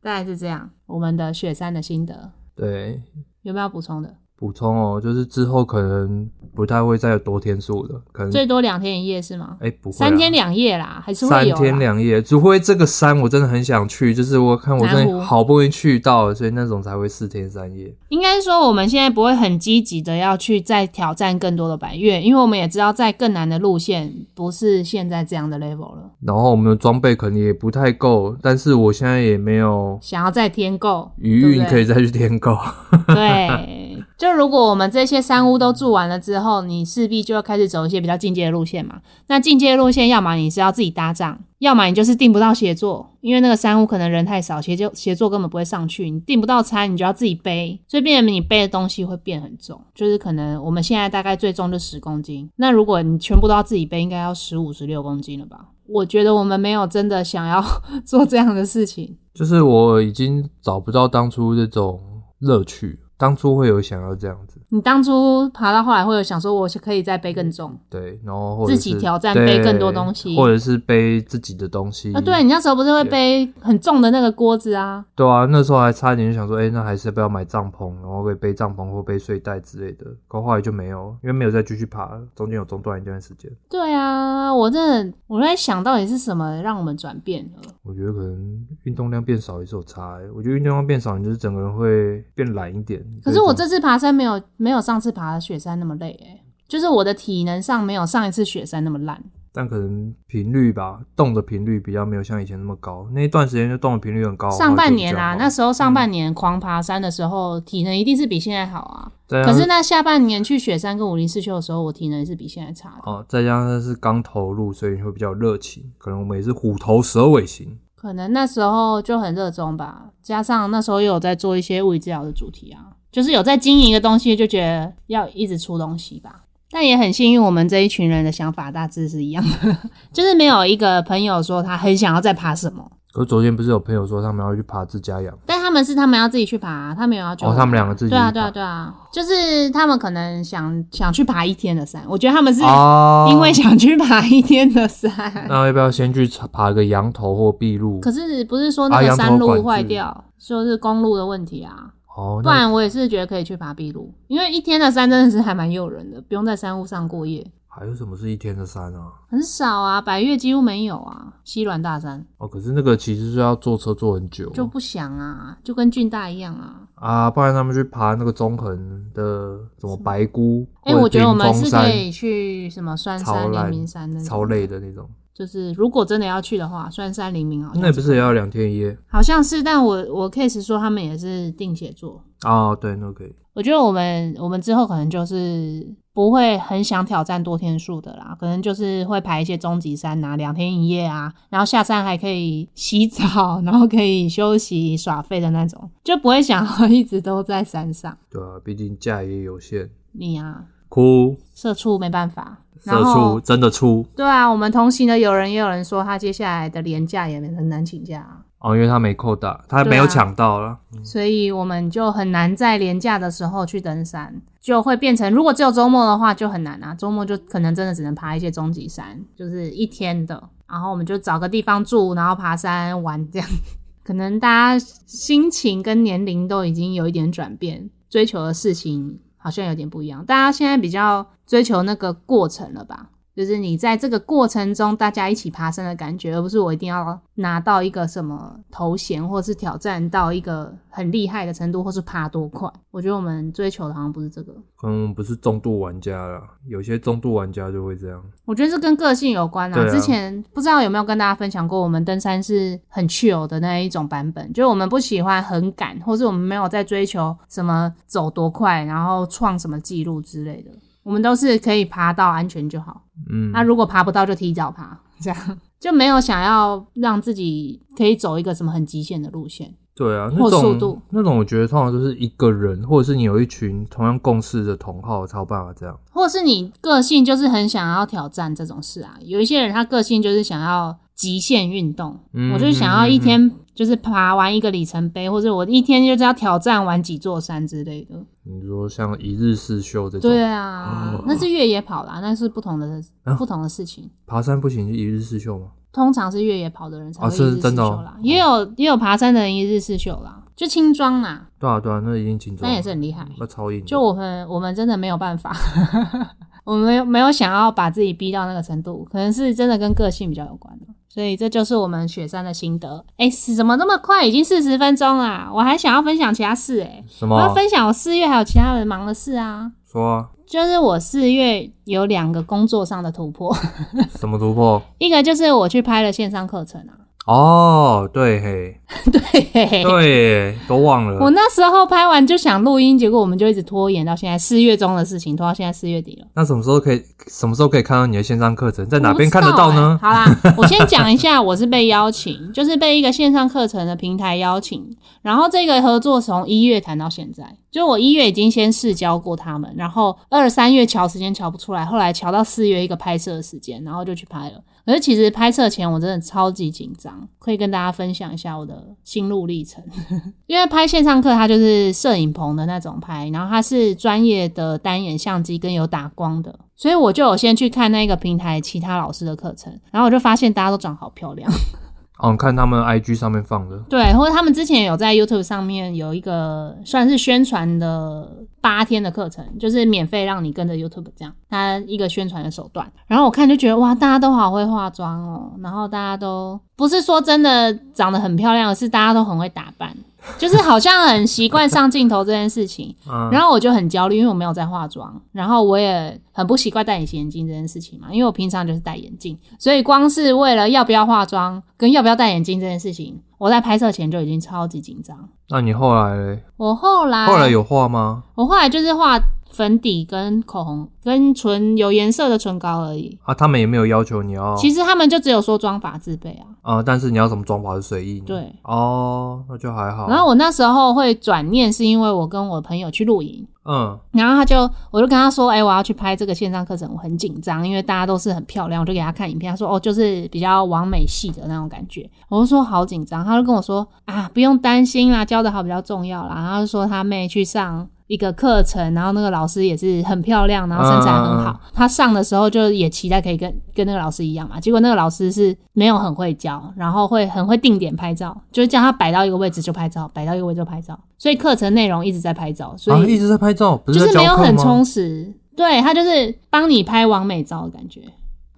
[SPEAKER 2] 大概是这样。我们的雪山的心得
[SPEAKER 1] 对，
[SPEAKER 2] 有没有要补充的？
[SPEAKER 1] 补充哦，就是之后可能不太会再有多天数了，可能
[SPEAKER 2] 最多两天一夜是吗？
[SPEAKER 1] 哎不会啊
[SPEAKER 2] 三天两夜啦，还是会
[SPEAKER 1] 三
[SPEAKER 2] 有啦啊
[SPEAKER 1] 天两夜，除非这个山我真的很想去，就是我看我真
[SPEAKER 2] 南湖
[SPEAKER 1] 的好不容易去到了，所以那种才会四天三夜。
[SPEAKER 2] 应该说，我们现在不会很积极的要去再挑战更多的百越，因为我们也知道，在更难的路线不是现在这样的 level 了。
[SPEAKER 1] 然后我们的装备可能也不太够，但是我现在也没有
[SPEAKER 2] 想要再添购
[SPEAKER 1] 余
[SPEAKER 2] 对
[SPEAKER 1] 韵
[SPEAKER 2] 不对
[SPEAKER 1] 可以再去添购。
[SPEAKER 2] 对，就如果我们这些山屋都住完了之后，你势必就要开始走一些比较进阶的路线嘛。那进阶的路线，要么你是要自己搭帐，要么你就是订不到协作，因为那个山屋可能人太少，协就协作根本不会上去。你订不到餐，你就要自己背，所以变成你背的东西会变很重，就是可能我们现在大概最重就十公斤，那如果你全部都要自己背，应该要十五、十六公斤了吧？我觉得我们没有真的想要做这样的事情。
[SPEAKER 1] 就是我已经找不到当初这种乐趣，当初会有想要这样子，
[SPEAKER 2] 你当初爬到后来会有想说，我是可以再背更重。
[SPEAKER 1] 对，然后或者是
[SPEAKER 2] 自己挑战
[SPEAKER 1] 对
[SPEAKER 2] 背更多东西
[SPEAKER 1] 或者是背自己的东西
[SPEAKER 2] 啊，对你那时候不是会背很重的那个锅子啊？
[SPEAKER 1] 对啊，那时候还差一点就想说，哎、那还是要不要买帐篷，然后可以背帐篷或背睡袋之类的。可后来就没有，因为没有再继续爬了，中间有中断一段时间。
[SPEAKER 2] 对啊，我真的我在想到底是什么让我们转变了？
[SPEAKER 1] 我觉得可能运动量变少也是有差、欸。我觉得运动量变少，你就是整个人会变懒一点。
[SPEAKER 2] 可是我
[SPEAKER 1] 这
[SPEAKER 2] 这次爬山没有没有上次爬雪山那么累诶、就是我的体能上没有上一次雪山那么烂。
[SPEAKER 1] 但可能频率吧，动的频率比较没有像以前那么高。那一段时间就动的频率很高，
[SPEAKER 2] 上半年啊，
[SPEAKER 1] 啊，
[SPEAKER 2] 那时候上半年狂爬山的时候，体能一定是比现在好啊。
[SPEAKER 1] 再
[SPEAKER 2] 可
[SPEAKER 1] 加
[SPEAKER 2] 是
[SPEAKER 1] 上
[SPEAKER 2] 那下半年去雪山跟五零四秀的时候，我体能也是比现在差的。
[SPEAKER 1] 哦，再加上是刚投入，所以会比较有热情。可能我们也是虎头蛇尾型。
[SPEAKER 2] 可能那时候就很热衷吧，加上那时候也有在做一些物理治疗的主题啊，就是有在经营一个东西，就觉得要一直出东西吧。但也很幸运，我们这一群人的想法大致是一样的， 就是没有一个朋友说他很想要再爬什么，
[SPEAKER 1] 可是昨天不是有朋友说他们要去爬自家羊？
[SPEAKER 2] 但他们是他们要自己去爬、啊他们有要救我
[SPEAKER 1] 哦他们两个自己
[SPEAKER 2] 对啊，
[SPEAKER 1] 去
[SPEAKER 2] 对
[SPEAKER 1] 爬
[SPEAKER 2] 啊，对啊，就是他们可能想想去爬一天的山，我觉得他们是
[SPEAKER 1] 哦嗯
[SPEAKER 2] 因为想去爬一天的山，
[SPEAKER 1] 那要不要先去查爬个羊头或筚路？
[SPEAKER 2] 可是不是说那
[SPEAKER 1] 啊
[SPEAKER 2] 个
[SPEAKER 1] 羊头
[SPEAKER 2] 山路
[SPEAKER 1] 管制
[SPEAKER 2] 坏掉，说是公路的问题啊？
[SPEAKER 1] 哦，
[SPEAKER 2] 不
[SPEAKER 1] 那
[SPEAKER 2] 然我也是觉得可以去爬壁炉，因为一天的山真的是还蛮诱人的，不用在山屋上过夜，
[SPEAKER 1] 还有什么是一天的山啊？
[SPEAKER 2] 很少啊，百越几乎没有啊，西峦大山
[SPEAKER 1] 哦，可是那个其实是要坐车坐很久，哦
[SPEAKER 2] 就不想啊，就跟俊大一样啊。
[SPEAKER 1] 啊，不然他们去爬那个中横的什么白姑，
[SPEAKER 2] 哎、
[SPEAKER 1] 或者
[SPEAKER 2] 我觉得我们
[SPEAKER 1] 屏
[SPEAKER 2] 是
[SPEAKER 1] 风
[SPEAKER 2] 可
[SPEAKER 1] 山
[SPEAKER 2] 以去什么酸
[SPEAKER 1] 超
[SPEAKER 2] 山、黎
[SPEAKER 1] 烂
[SPEAKER 2] 明山那种
[SPEAKER 1] 超累，的那种，
[SPEAKER 2] 就是如果真的要去的话，酸山、黎明好像
[SPEAKER 1] 那不是也要两天一夜
[SPEAKER 2] 好像是，但我我 case 说他们也是定写作，
[SPEAKER 1] 啊？对，那可以。
[SPEAKER 2] 我觉得我们我们之后可能就是不会很想挑战多天数的啦，可能就是会排一些终极山啊，两天一夜啊，然后下山还可以洗澡， 然后可以休息耍废的那种，就不会想要 一直都在山上。
[SPEAKER 1] 对啊，毕竟假也有限，
[SPEAKER 2] 你啊，
[SPEAKER 1] 哭
[SPEAKER 2] 社畜没办法。然
[SPEAKER 1] 社
[SPEAKER 2] 后
[SPEAKER 1] 畜真的出
[SPEAKER 2] 对啊，我们同行的有人也有人说他接下来的年假也很难请假、啊，
[SPEAKER 1] 哦，因为他没扣打，他没有抢到了。
[SPEAKER 2] 所以我们就很难在廉价的时候去登山，就会变成如果只有周末的话就很难啊，周末就可能真的只能爬一些终极山，就是一天的，然后我们就找个地方住，然后爬山玩这样。 可能大家心情跟年龄都已经有一点转变，追求的事情好像有点不一样，大家现在比较追求那个过程了吧？就是你在这个过程中，大家一起爬山的感觉，而不是我一定要拿到一个什么头衔，或是挑战到一个很厉害的程度，或是爬多快。我觉得我们追求的好像不是这个，
[SPEAKER 1] 可能我嗯们不是重度玩家啦，有些重度玩家就会这样。
[SPEAKER 2] 我觉得是跟个性有关啊。
[SPEAKER 1] 对啊
[SPEAKER 2] 之前不知道有没有跟大家分享过，我们登山是很 chill 的那一种版本，就是我们不喜欢很赶，或是我们没有在追求什么走多快，然后创什么记录之类的。我们都是可以爬到安全就好。
[SPEAKER 1] 嗯，
[SPEAKER 2] 那、如果爬不到就提早爬， 这样就没有想要让自己可以走一个什么很极限的路线。
[SPEAKER 1] 对啊，
[SPEAKER 2] 或
[SPEAKER 1] 那
[SPEAKER 2] 速度
[SPEAKER 1] 种那种，我觉得通常都是一个人，或者是你有一群同样共事的同好才有办法这样。
[SPEAKER 2] 或是你个性就是很想要挑战这种事啊。有一些人他个性就是想要极限运动，
[SPEAKER 1] 嗯
[SPEAKER 2] 我就是想要一天就是爬完一个里程碑，或者我一天就是要挑战完几座山之类的。
[SPEAKER 1] 你说像一日四秀这种，
[SPEAKER 2] 对啊，
[SPEAKER 1] 哦
[SPEAKER 2] 那是越野跑啦，那是不同的、
[SPEAKER 1] 啊
[SPEAKER 2] 不同的事情。
[SPEAKER 1] 爬山不行就一日四秀吗？
[SPEAKER 2] 通常是越野跑的人才
[SPEAKER 1] 啊
[SPEAKER 2] 会一日
[SPEAKER 1] 是
[SPEAKER 2] 四
[SPEAKER 1] 真的哦
[SPEAKER 2] 秀啦，也有也有爬山的人一日四秀啦，就轻装啦，
[SPEAKER 1] 对啊对啊，那一定轻松，
[SPEAKER 2] 那也是很厉害。
[SPEAKER 1] 那超硬的。
[SPEAKER 2] 就我们我们真的没有办法， 我们没有没有想要把自己逼到那个程度，可能是真的跟个性比较有关的所以这就是我们雪山的心得。哎、死怎么那么快？已经四十分钟啦！我还想要分享其他事哎、
[SPEAKER 1] 什
[SPEAKER 2] 我要
[SPEAKER 1] 么
[SPEAKER 2] 分享我四月还有其他人忙的事啊。
[SPEAKER 1] 说啊？
[SPEAKER 2] 就是我四月有两个工作上的突破，
[SPEAKER 1] 什么突破？
[SPEAKER 2] 一个就是我去拍了线上课程啊，
[SPEAKER 1] 哦，对嘿，
[SPEAKER 2] 对嘿嘿
[SPEAKER 1] 对耶，都忘
[SPEAKER 2] 我
[SPEAKER 1] 了。
[SPEAKER 2] 那时候拍完就想录音，结果我们就一直拖延到现在四月中的事情，拖到现在四月底了。
[SPEAKER 1] 那什么时候可以什么时候可以看到你的线上课程？在
[SPEAKER 2] 我
[SPEAKER 1] 哪
[SPEAKER 2] 不
[SPEAKER 1] 边
[SPEAKER 2] 知
[SPEAKER 1] 看得
[SPEAKER 2] 道
[SPEAKER 1] 到呢？
[SPEAKER 2] 欸好啦，我先讲一下，我是被邀请，就是被一个线上课程的平台邀请，然后这个合作从一月谈到现在，就我一月已经先试教过他们，然后二三月瞧时间瞧不出来，后来瞧到四月一个拍摄的时间，然后就去拍了。可是其实拍摄前我真的超级紧张，可以跟大家分享一下我的心路历程。因为拍线上课，它就是摄影棚的那种拍，然后它是专业的单眼相机跟有打光的，所以我就有先去看那个平台其他老师的课程，然后我就发现大家都长好漂亮。
[SPEAKER 1] 哦，看他们 IG 上面放的，
[SPEAKER 2] 对，或者他们之前有在 YouTube 上面有一个算是宣传的八天的课程，就是免费让你跟着 YouTube 这样，它一个宣传的手段。然后我看就觉得哇，大家都好会化妆哦，然后大家都不是说真的长得很漂亮，是大家都很会打扮，就是好像很习惯上镜头这件事情。
[SPEAKER 1] 嗯，
[SPEAKER 2] 然后我就很焦虑，因为我没有在化妆，然后我也很不习惯戴隐形眼镜这件事情嘛，因为我平常就是戴眼镜，所以光是为了要不要化妆跟要不要戴眼镜这件事情，我在拍摄前就已经超级紧张。
[SPEAKER 1] 那你后来嘞？
[SPEAKER 2] 我后来，
[SPEAKER 1] 后来有画吗？
[SPEAKER 2] 我后来就是画粉底跟口红跟唇有颜色的唇膏而已。
[SPEAKER 1] 啊，他们也没有要求你要
[SPEAKER 2] 其实他们就只有说妆法自备啊，
[SPEAKER 1] 啊、但是你要怎么装法是随意你。
[SPEAKER 2] 对。
[SPEAKER 1] 哦，那就还好。
[SPEAKER 2] 然后我那时候会转念，是因为我跟我朋友去露营，
[SPEAKER 1] 嗯，
[SPEAKER 2] 然后他就，我就跟他说，哎、我要去拍这个线上课程，我很紧张，因为大家都是很漂亮，我就给他看影片，他说，哦，就是比较完美系的那种感觉，我就说好紧张，他就跟我说，啊，不用担心啦，教的好比较重要啦，然后他就说他妹去上。一个课程，然后那个老师也是很漂亮，然后身材很好。他上的时候就也期待可以跟跟那个老师一样嘛，结果那个老师是没有很会教，然后会很会定点拍照，就是叫他摆到一个位置就拍照，摆到一个位置就拍照，所以课程内容一直在拍照，所
[SPEAKER 1] 啊，
[SPEAKER 2] 以
[SPEAKER 1] 一直在拍照，不
[SPEAKER 2] 就
[SPEAKER 1] 在
[SPEAKER 2] 是
[SPEAKER 1] 教
[SPEAKER 2] 没有
[SPEAKER 1] 课
[SPEAKER 2] 很
[SPEAKER 1] 吗，
[SPEAKER 2] 充实。对他就是帮你拍完美照的感觉，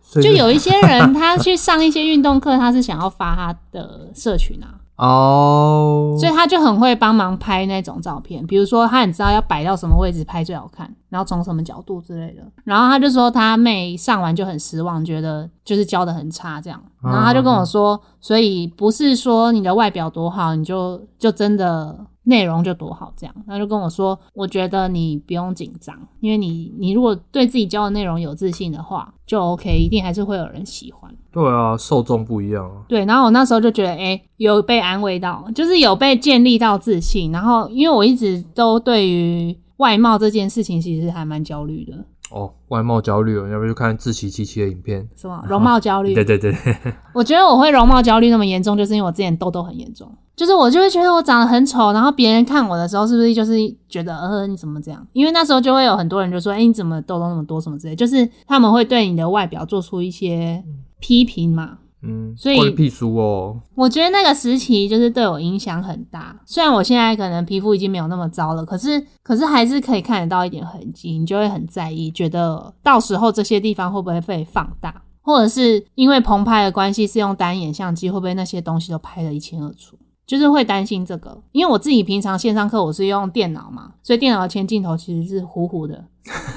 [SPEAKER 1] 所以
[SPEAKER 2] 就有一些人他去上一些运动课，他是想要发他的社群啊，
[SPEAKER 1] 哦，
[SPEAKER 2] 所以他就很会帮忙拍那种照片，比如说他很知道要摆到什么位置拍最好看，然后从什么角度之类的。然后他就说他妹上完就很失望，觉得就是教的很差这样，然后他就跟我说，所以不是说你的外表多好，你就就真的内容就多好这样。他就跟我说，我觉得你不用紧张，因为你你如果对自己教的内容有自信的话，就 OK，一定还是会有人喜欢。
[SPEAKER 1] 对啊，受众不一样啊。
[SPEAKER 2] 对，然后我那时候就觉得，哎、有被安慰到，就是有被建立到自信。然后，因为我一直都对于外貌这件事情，其实还蛮焦虑的，
[SPEAKER 1] 哦，外貌焦虑哦，要不然就看自欺欺欺的影片。
[SPEAKER 2] 是吗？容貌焦虑
[SPEAKER 1] 对，对对，对
[SPEAKER 2] 我觉得我会容貌焦虑那么严重，就是因为我之前痘痘很严重，就是我就会觉得我长得很丑，然后别人看我的时候，是不是就是觉得，呃，你怎么这样？因为那时候就会有很多人就说，哎、你怎么痘痘那么多，什么之类，就是他们会对你的外表做出一些批评嘛。
[SPEAKER 1] 嗯，
[SPEAKER 2] 所以
[SPEAKER 1] 关你屁书哦，
[SPEAKER 2] 我觉得那个时期就是对我影响很大。虽然我现在可能皮肤已经没有那么糟了，可是可是还是可以看得到一点痕迹，你就会很在意，觉得到时候这些地方会不会被放大，或者是因为棚拍的关系是用单眼相机，会不会那些东西都拍得一清二楚？就是会担心这个，因为我自己平常线上课我是用电脑嘛，所以电脑的前镜头其实是糊糊的，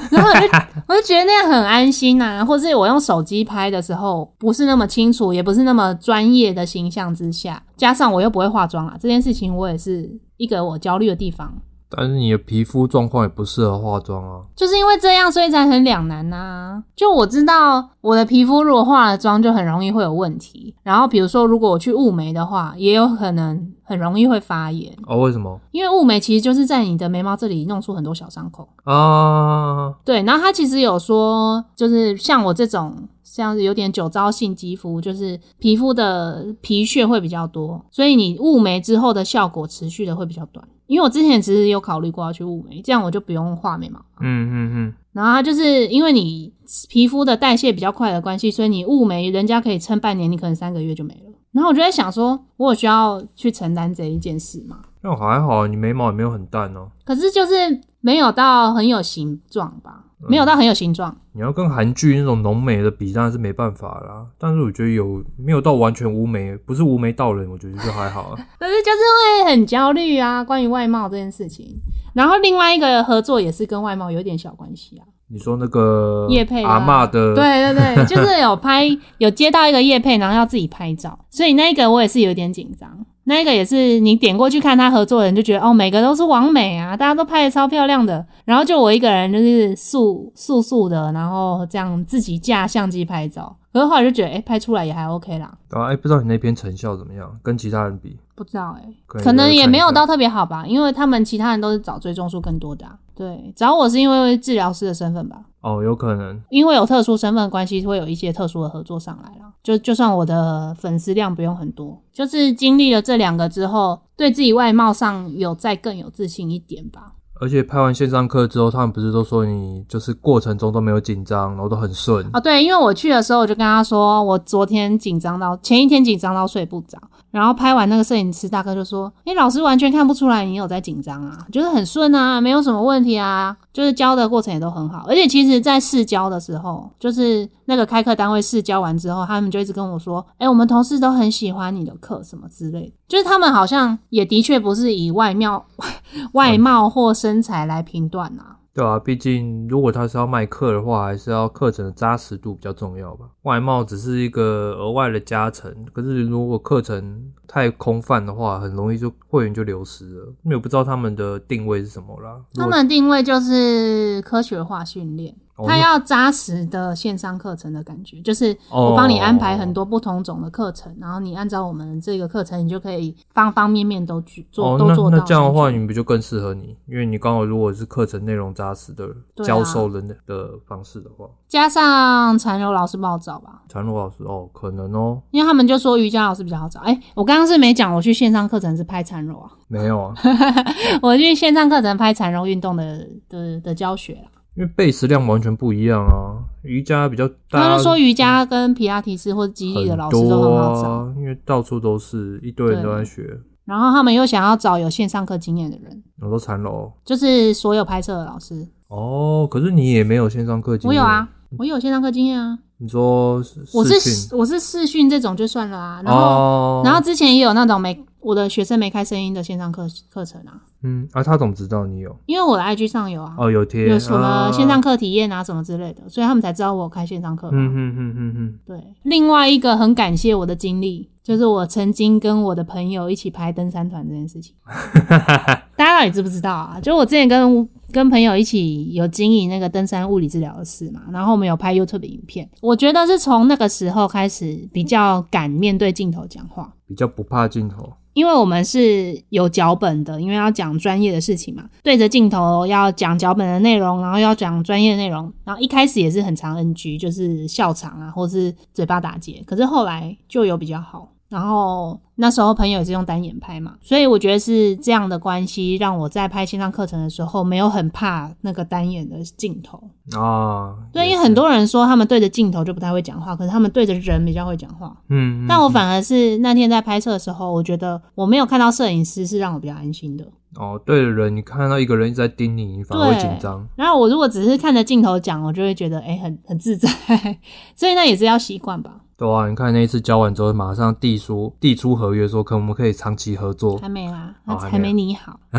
[SPEAKER 2] 然后我就我就觉得那样很安心呐、或是我用手机拍的时候不是那么清楚，也不是那么专业的形象之下，加上我又不会化妆啊啦，这件事情我也是一个我焦虑的地方，
[SPEAKER 1] 但是你的皮肤状况也不适合化妆啊。
[SPEAKER 2] 就是因为这样，所以才很两难呐、就我知道我的皮肤如果化了妆，就很容易会有问题，然后比如说如果我去雾眉的话，也有可能很容易会发炎，
[SPEAKER 1] 哦，为什么
[SPEAKER 2] 因为雾眉其实就是在你的眉毛这里弄出很多小伤口。
[SPEAKER 1] 啊？
[SPEAKER 2] 对，然后他其实有说，就是像我这种像是有点酒糟性肌肤，就是皮肤的皮屑会比较多，所以你雾眉之后的效果持续的会比较短。因为我之前其实有考虑过要去雾眉，这样我就不用画眉毛。
[SPEAKER 1] 嗯嗯嗯，
[SPEAKER 2] 然后它就是因为你皮肤的代谢比较快的关系，所以你雾眉人家可以撑半年，你可能三个月就没了。然后我就在想说，我有需要去承担这一件事吗？
[SPEAKER 1] 那还好，你眉毛也没有很淡哦。
[SPEAKER 2] 可是就是没有到很有形状吧，没有到很有形状。
[SPEAKER 1] 你要跟韩剧那种浓眉的比，当然是没办法啦。但是我觉得有没有到完全无眉，不是无眉道人，我觉得就还好啊。
[SPEAKER 2] 可是就是会很焦虑啊，关于外貌这件事情。然后另外一个合作也是跟外貌有点小关系啊。
[SPEAKER 1] 你说那个
[SPEAKER 2] 业配啊
[SPEAKER 1] 阿嬷的，
[SPEAKER 2] 对对对， 就是有拍有接到一个叶配，然后要自己拍照，所以那个我也是有点紧张。那个也是你点过去看他合作的人就觉得哦，每个都是完美啊，大家都拍的超漂亮的。然后就我一个人就是素素素的，然后这样自己架相机拍照。可是后来就觉得，哎、拍出来也还 OK 啦。
[SPEAKER 1] 然后哎，不知道你那篇成效怎么样，跟其他人比，
[SPEAKER 2] 不知道哎、
[SPEAKER 1] 可以
[SPEAKER 2] 可能也没有
[SPEAKER 1] 看一下
[SPEAKER 2] 到特别好吧，因为他们其他人都是找追踪数更多的、啊。对，找我是因为治疗师的身份吧，
[SPEAKER 1] 哦，有可能
[SPEAKER 2] 因为有特殊身份的关系，会有一些特殊的合作上来啦。就就算我的粉丝量不用很多，就是经历了这两个之后，对自己外貌上有再更有自信一点吧。
[SPEAKER 1] 而且拍完线上课之后，他们不是都说你就是过程中都没有紧张，然后都很顺。
[SPEAKER 2] 哦，对，因为我去的时候我就跟他说，我昨天紧张到前一天紧张到睡不着，然后拍完那个摄影师大哥就说：“诶，老师完全看不出来你有在紧张啊，就是很顺啊，没有什么问题啊，就是教的过程也都很好。而且其实，在试教的时候，就是那个开课单位试教完之后，他们就一直跟我说：‘诶，我们同事都很喜欢你的课，什么之类的。’就是他们好像也的确不是以外貌、 外貌或身材来评断啊。”
[SPEAKER 1] 对啊，毕竟如果他是要卖课的话，还是要课程的扎实度比较重要吧。外貌只是一个额外的加成，可是如果课程太空泛的话，很容易就会员就流失了。因为我不知道他们的定位是什么啦。如
[SPEAKER 2] 他
[SPEAKER 1] 果
[SPEAKER 2] 们的定位就是科学化训练，
[SPEAKER 1] 哦
[SPEAKER 2] 他
[SPEAKER 1] 那
[SPEAKER 2] 要扎实的线上课程的感觉，就是
[SPEAKER 1] 哦
[SPEAKER 2] 我帮你安排很多不同种的课程，然后你按照我们这个课程，你就可以方方面面都去做，
[SPEAKER 1] 哦，
[SPEAKER 2] 都做
[SPEAKER 1] 那
[SPEAKER 2] 到。
[SPEAKER 1] 那这样的话，你不就更适合你？因为你刚好如果是课程内容扎实的
[SPEAKER 2] 对啊
[SPEAKER 1] 教授的那的方式的话，
[SPEAKER 2] 加上缠柔老师不好找吧，
[SPEAKER 1] 传儒老师哦，可能哦，
[SPEAKER 2] 因为他们就说瑜伽老师比较好找。哎、我刚刚是没讲，我去线上课程是拍缠柔啊，
[SPEAKER 1] 没有啊，
[SPEAKER 2] 我去线上课程拍缠柔运动的的的教学啦。
[SPEAKER 1] 因为贝斯量完全不一样啊。瑜伽比较大，
[SPEAKER 2] 他就说瑜伽跟皮拉提斯或者肌力的老师
[SPEAKER 1] 啊
[SPEAKER 2] 都很
[SPEAKER 1] 多
[SPEAKER 2] 好找。
[SPEAKER 1] 啊，因为到处都是一堆人都在学。
[SPEAKER 2] 然后他们又想要找有线上课经验的人，
[SPEAKER 1] 我说残楼
[SPEAKER 2] 就是所有拍摄的老师。
[SPEAKER 1] 哦，可是你也没有线上课经
[SPEAKER 2] 我
[SPEAKER 1] 验。
[SPEAKER 2] 有。啊，我有线上课经验啊。
[SPEAKER 1] 你说是
[SPEAKER 2] 我
[SPEAKER 1] 嗯视
[SPEAKER 2] 是
[SPEAKER 1] 讯
[SPEAKER 2] 我是视讯这种就算了啊。然后、
[SPEAKER 1] 哦，
[SPEAKER 2] 然后之前也有那种没我的学生没开声音的线上课课程啊，
[SPEAKER 1] 嗯啊，他怎么知道你有？
[SPEAKER 2] 因为我的 IG 上有啊，
[SPEAKER 1] 哦，有贴
[SPEAKER 2] 有什么
[SPEAKER 1] 啊
[SPEAKER 2] 线上课体验啊什么之类的，所以他们才知道我有开线上课。
[SPEAKER 1] 嗯嗯嗯嗯嗯，
[SPEAKER 2] 对，另外一个很感谢我的经历，就是我曾经跟我的朋友一起拍登山团这件事情。大家到底知不知道啊？就我之前跟跟朋友一起有经营那个登山物理治疗的事嘛，然后我们有拍 YouTube 影片。我觉得是从那个时候开始比较敢面对镜头讲话，
[SPEAKER 1] 比较不怕镜头。
[SPEAKER 2] 因为我们是有脚本的，因为要讲专业的事情嘛，对着镜头要讲脚本的内容，然后要讲专业的内容，然后一开始也是很常 NG，就是笑场啊，或是嘴巴打结，可是后来就有比较好。然后那时候朋友也是用单眼拍嘛，所以我觉得是这样的关系，让我在拍线上课程的时候没有很怕那个单眼的镜头。
[SPEAKER 1] 啊，
[SPEAKER 2] 对，
[SPEAKER 1] 也
[SPEAKER 2] 因为
[SPEAKER 1] 是
[SPEAKER 2] 很多人说他们对着镜头就不太会讲话，可是他们对着人比较会讲话。
[SPEAKER 1] 嗯，嗯
[SPEAKER 2] 但我反而是那天在拍摄的时候，我觉得我没有看到摄影师是让我比较安心的。
[SPEAKER 1] 哦，对的人，你看到一个人一直在盯你，你反而会
[SPEAKER 2] 对
[SPEAKER 1] 紧张。
[SPEAKER 2] 然后我如果只是看着镜头讲，我就会觉得哎、诶很很自在， 所以那也是要习惯吧。
[SPEAKER 1] 对啊，你看那一次交完之后，马上递出递出合约说，可我们可以长期合作。
[SPEAKER 2] 还没啦，
[SPEAKER 1] 哦
[SPEAKER 2] 还
[SPEAKER 1] 还没
[SPEAKER 2] 没你好，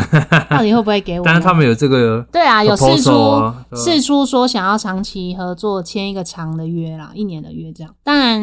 [SPEAKER 2] 到底会不会给我呢？
[SPEAKER 1] 但是他们有这个
[SPEAKER 2] 对啊，有试出
[SPEAKER 1] proposal 啊对啊
[SPEAKER 2] 试出说想要长期合作，签一个长的约啦，一年的约这样。当然，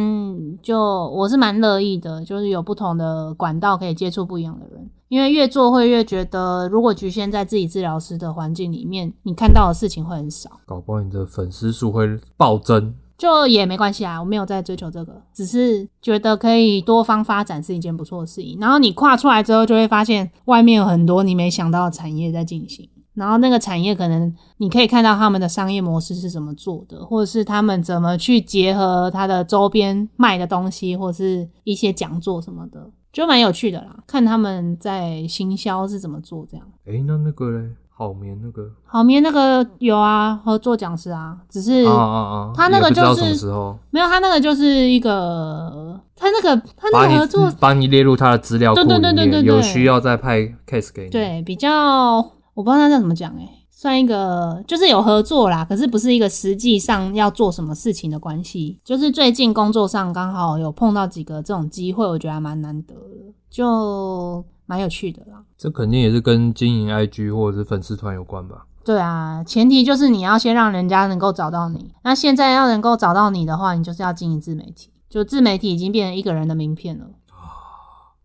[SPEAKER 2] 就我是蛮乐意的，就是有不同的管道可以接触不一样的人，因为越做会越觉得，如果局限在自己治疗师的环境里面，你看到的事情会很少，
[SPEAKER 1] 搞不好你的粉丝数会暴增。
[SPEAKER 2] 就也没关系啊。我没有在追求这个，只是觉得可以多方发展是一件不错的事情。然后你跨出来之后，就会发现外面有很多你没想到的产业在进行。然后那个产业可能你可以看到他们的商业模式是怎么做的，或者是他们怎么去结合它的周边卖的东西，或是一些讲座什么的，就蛮有趣的啦。看他们在行销是怎么做这样。
[SPEAKER 1] 诶，那那个嘞，好眠那个，
[SPEAKER 2] 好明那个有啊，合作讲师啊，只是
[SPEAKER 1] 啊啊啊，
[SPEAKER 2] 他那
[SPEAKER 1] 也
[SPEAKER 2] 个
[SPEAKER 1] 不知
[SPEAKER 2] 就
[SPEAKER 1] 道
[SPEAKER 2] 是
[SPEAKER 1] 什么时候
[SPEAKER 2] 没有他那个就是一个，他那个他
[SPEAKER 1] 把
[SPEAKER 2] 那
[SPEAKER 1] 你嗯
[SPEAKER 2] 个合作
[SPEAKER 1] 把你列入他的资料库里
[SPEAKER 2] 对
[SPEAKER 1] 面，
[SPEAKER 2] 对对对对对
[SPEAKER 1] 有需要再派 case 给你。，
[SPEAKER 2] 对，比较我不知道他叫怎么讲哎、算一个就是有合作啦，可是不是一个实际上要做什么事情的关系。就是最近工作上刚好有碰到几个这种机会，我觉得还蛮难得的，就蛮有趣的啦。
[SPEAKER 1] 这肯定也是跟经营 IG 或者是粉丝团有关吧？
[SPEAKER 2] 对啊，前提就是你要先让人家能够找到你。那现在要能够找到你的话，你就是要经营自媒体。就自媒体已经变成一个人的名片了，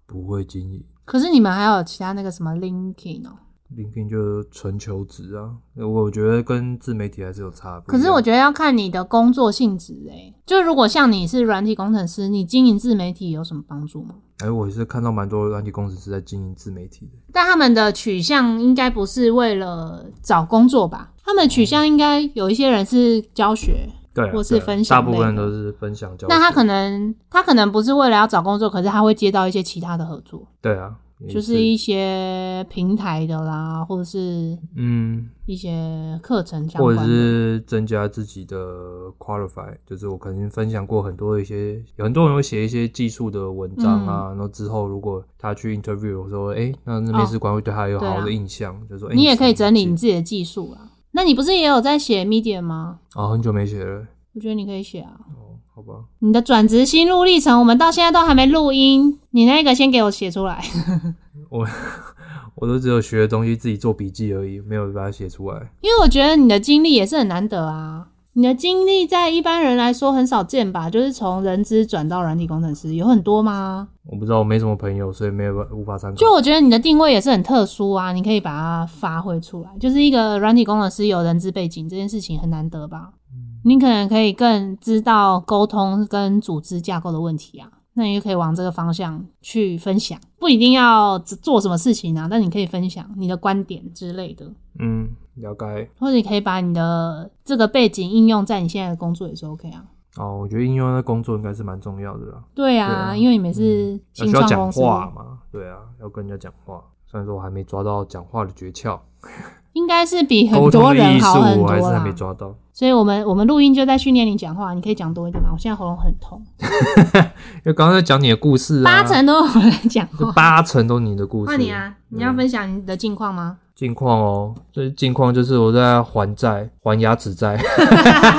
[SPEAKER 1] 不会经营，
[SPEAKER 2] 可是你们还有其他那个什么 LinkedIn 哦，
[SPEAKER 1] LinkedIn 就是纯求职啊，我觉得跟自媒体还是有差别。啊
[SPEAKER 2] 可是我觉得要看你的工作性质诶、就如果像你是软体工程师，你经营自媒体有什么帮助吗？
[SPEAKER 1] 得，哎，我也是看到蛮多软体工程师在经营自媒体的。
[SPEAKER 2] 但他们的取向应该不是为了找工作吧？他们的取向应该有一些人是教学，
[SPEAKER 1] 对啊，
[SPEAKER 2] 或是
[SPEAKER 1] 对啊
[SPEAKER 2] 分享
[SPEAKER 1] 大部分
[SPEAKER 2] 类的
[SPEAKER 1] 都是分享教学。
[SPEAKER 2] 那他可能他可能不是为了要找工作，可是他会接到一些其他的合作，
[SPEAKER 1] 对啊，也
[SPEAKER 2] 就是一些平台的啦，或者是
[SPEAKER 1] 嗯，
[SPEAKER 2] 一些课程相
[SPEAKER 1] 或
[SPEAKER 2] 关
[SPEAKER 1] 者
[SPEAKER 2] 的。
[SPEAKER 1] 是增加自己的 qualify，就是我肯定分享过很多一些，有很多人会写一些技术的文章啊，
[SPEAKER 2] 嗯
[SPEAKER 1] 然后之后如果他去 interview 说，哎、那那面试官会对他有好好
[SPEAKER 2] 哦对
[SPEAKER 1] 的
[SPEAKER 2] 啊
[SPEAKER 1] 印象，就说，哎、
[SPEAKER 2] 你也
[SPEAKER 1] 是
[SPEAKER 2] 可以整理
[SPEAKER 1] 技
[SPEAKER 2] 你自己的技术啊。那你不是也有在写 Medium 吗？
[SPEAKER 1] 哦，很久没写了，
[SPEAKER 2] 我觉得你可以写啊。
[SPEAKER 1] 哦，好吧，
[SPEAKER 2] 你的转职心路历程，我们到现在都还没录音，你那个先给我写出来。
[SPEAKER 1] 我 我都只有学的东西自己做笔记而已，没有把它写出来。
[SPEAKER 2] 因为我觉得你的经历也是很难得啊。你的经历在一般人来说很少见吧？就是从人资转到软体工程师，有很多吗？
[SPEAKER 1] 我不知道，我没什么朋友，所以没有办无法参考。
[SPEAKER 2] 就我觉得你的定位也是很特殊啊，你可以把它发挥出来。就是一个软体工程师有人资背景这件事情很难得吧？
[SPEAKER 1] 嗯
[SPEAKER 2] 你可能可以更知道沟通跟组织架构的问题啊，那你就可以往这个方向去分享，不一定要只做什么事情啊，但你可以分享你的观点之类的。
[SPEAKER 1] 嗯，了解。
[SPEAKER 2] 或者你可以把你的这个背景应用在你现在的工作也是 OK 啊。
[SPEAKER 1] 哦，我觉得应用在工作应该是蛮重要的啦，
[SPEAKER 2] 对啊，
[SPEAKER 1] 对啊
[SPEAKER 2] 因为你们是
[SPEAKER 1] 要
[SPEAKER 2] 新
[SPEAKER 1] 呃需要
[SPEAKER 2] 创
[SPEAKER 1] 讲
[SPEAKER 2] 公司，
[SPEAKER 1] 话嘛，对啊，要跟人家讲话。虽然说我还没抓到讲话的诀窍，
[SPEAKER 2] 应该是比很
[SPEAKER 1] 沟
[SPEAKER 2] 多
[SPEAKER 1] 通的
[SPEAKER 2] 人
[SPEAKER 1] 艺术
[SPEAKER 2] 好很
[SPEAKER 1] 我
[SPEAKER 2] 多
[SPEAKER 1] 还是还
[SPEAKER 2] 啦
[SPEAKER 1] 没。抓到，
[SPEAKER 2] 所以我们我们录音就在训练你讲话，你可以讲多一点嘛。我现在喉咙很痛，
[SPEAKER 1] 因为刚刚在讲你的故事啊，
[SPEAKER 2] 八成都有人讲
[SPEAKER 1] 这
[SPEAKER 2] 话。
[SPEAKER 1] 八成都是你的故事。
[SPEAKER 2] 换你啊，你要
[SPEAKER 1] 嗯
[SPEAKER 2] 分享你的近况吗？
[SPEAKER 1] 近况哦，最近况就是我在还债，还牙齿债。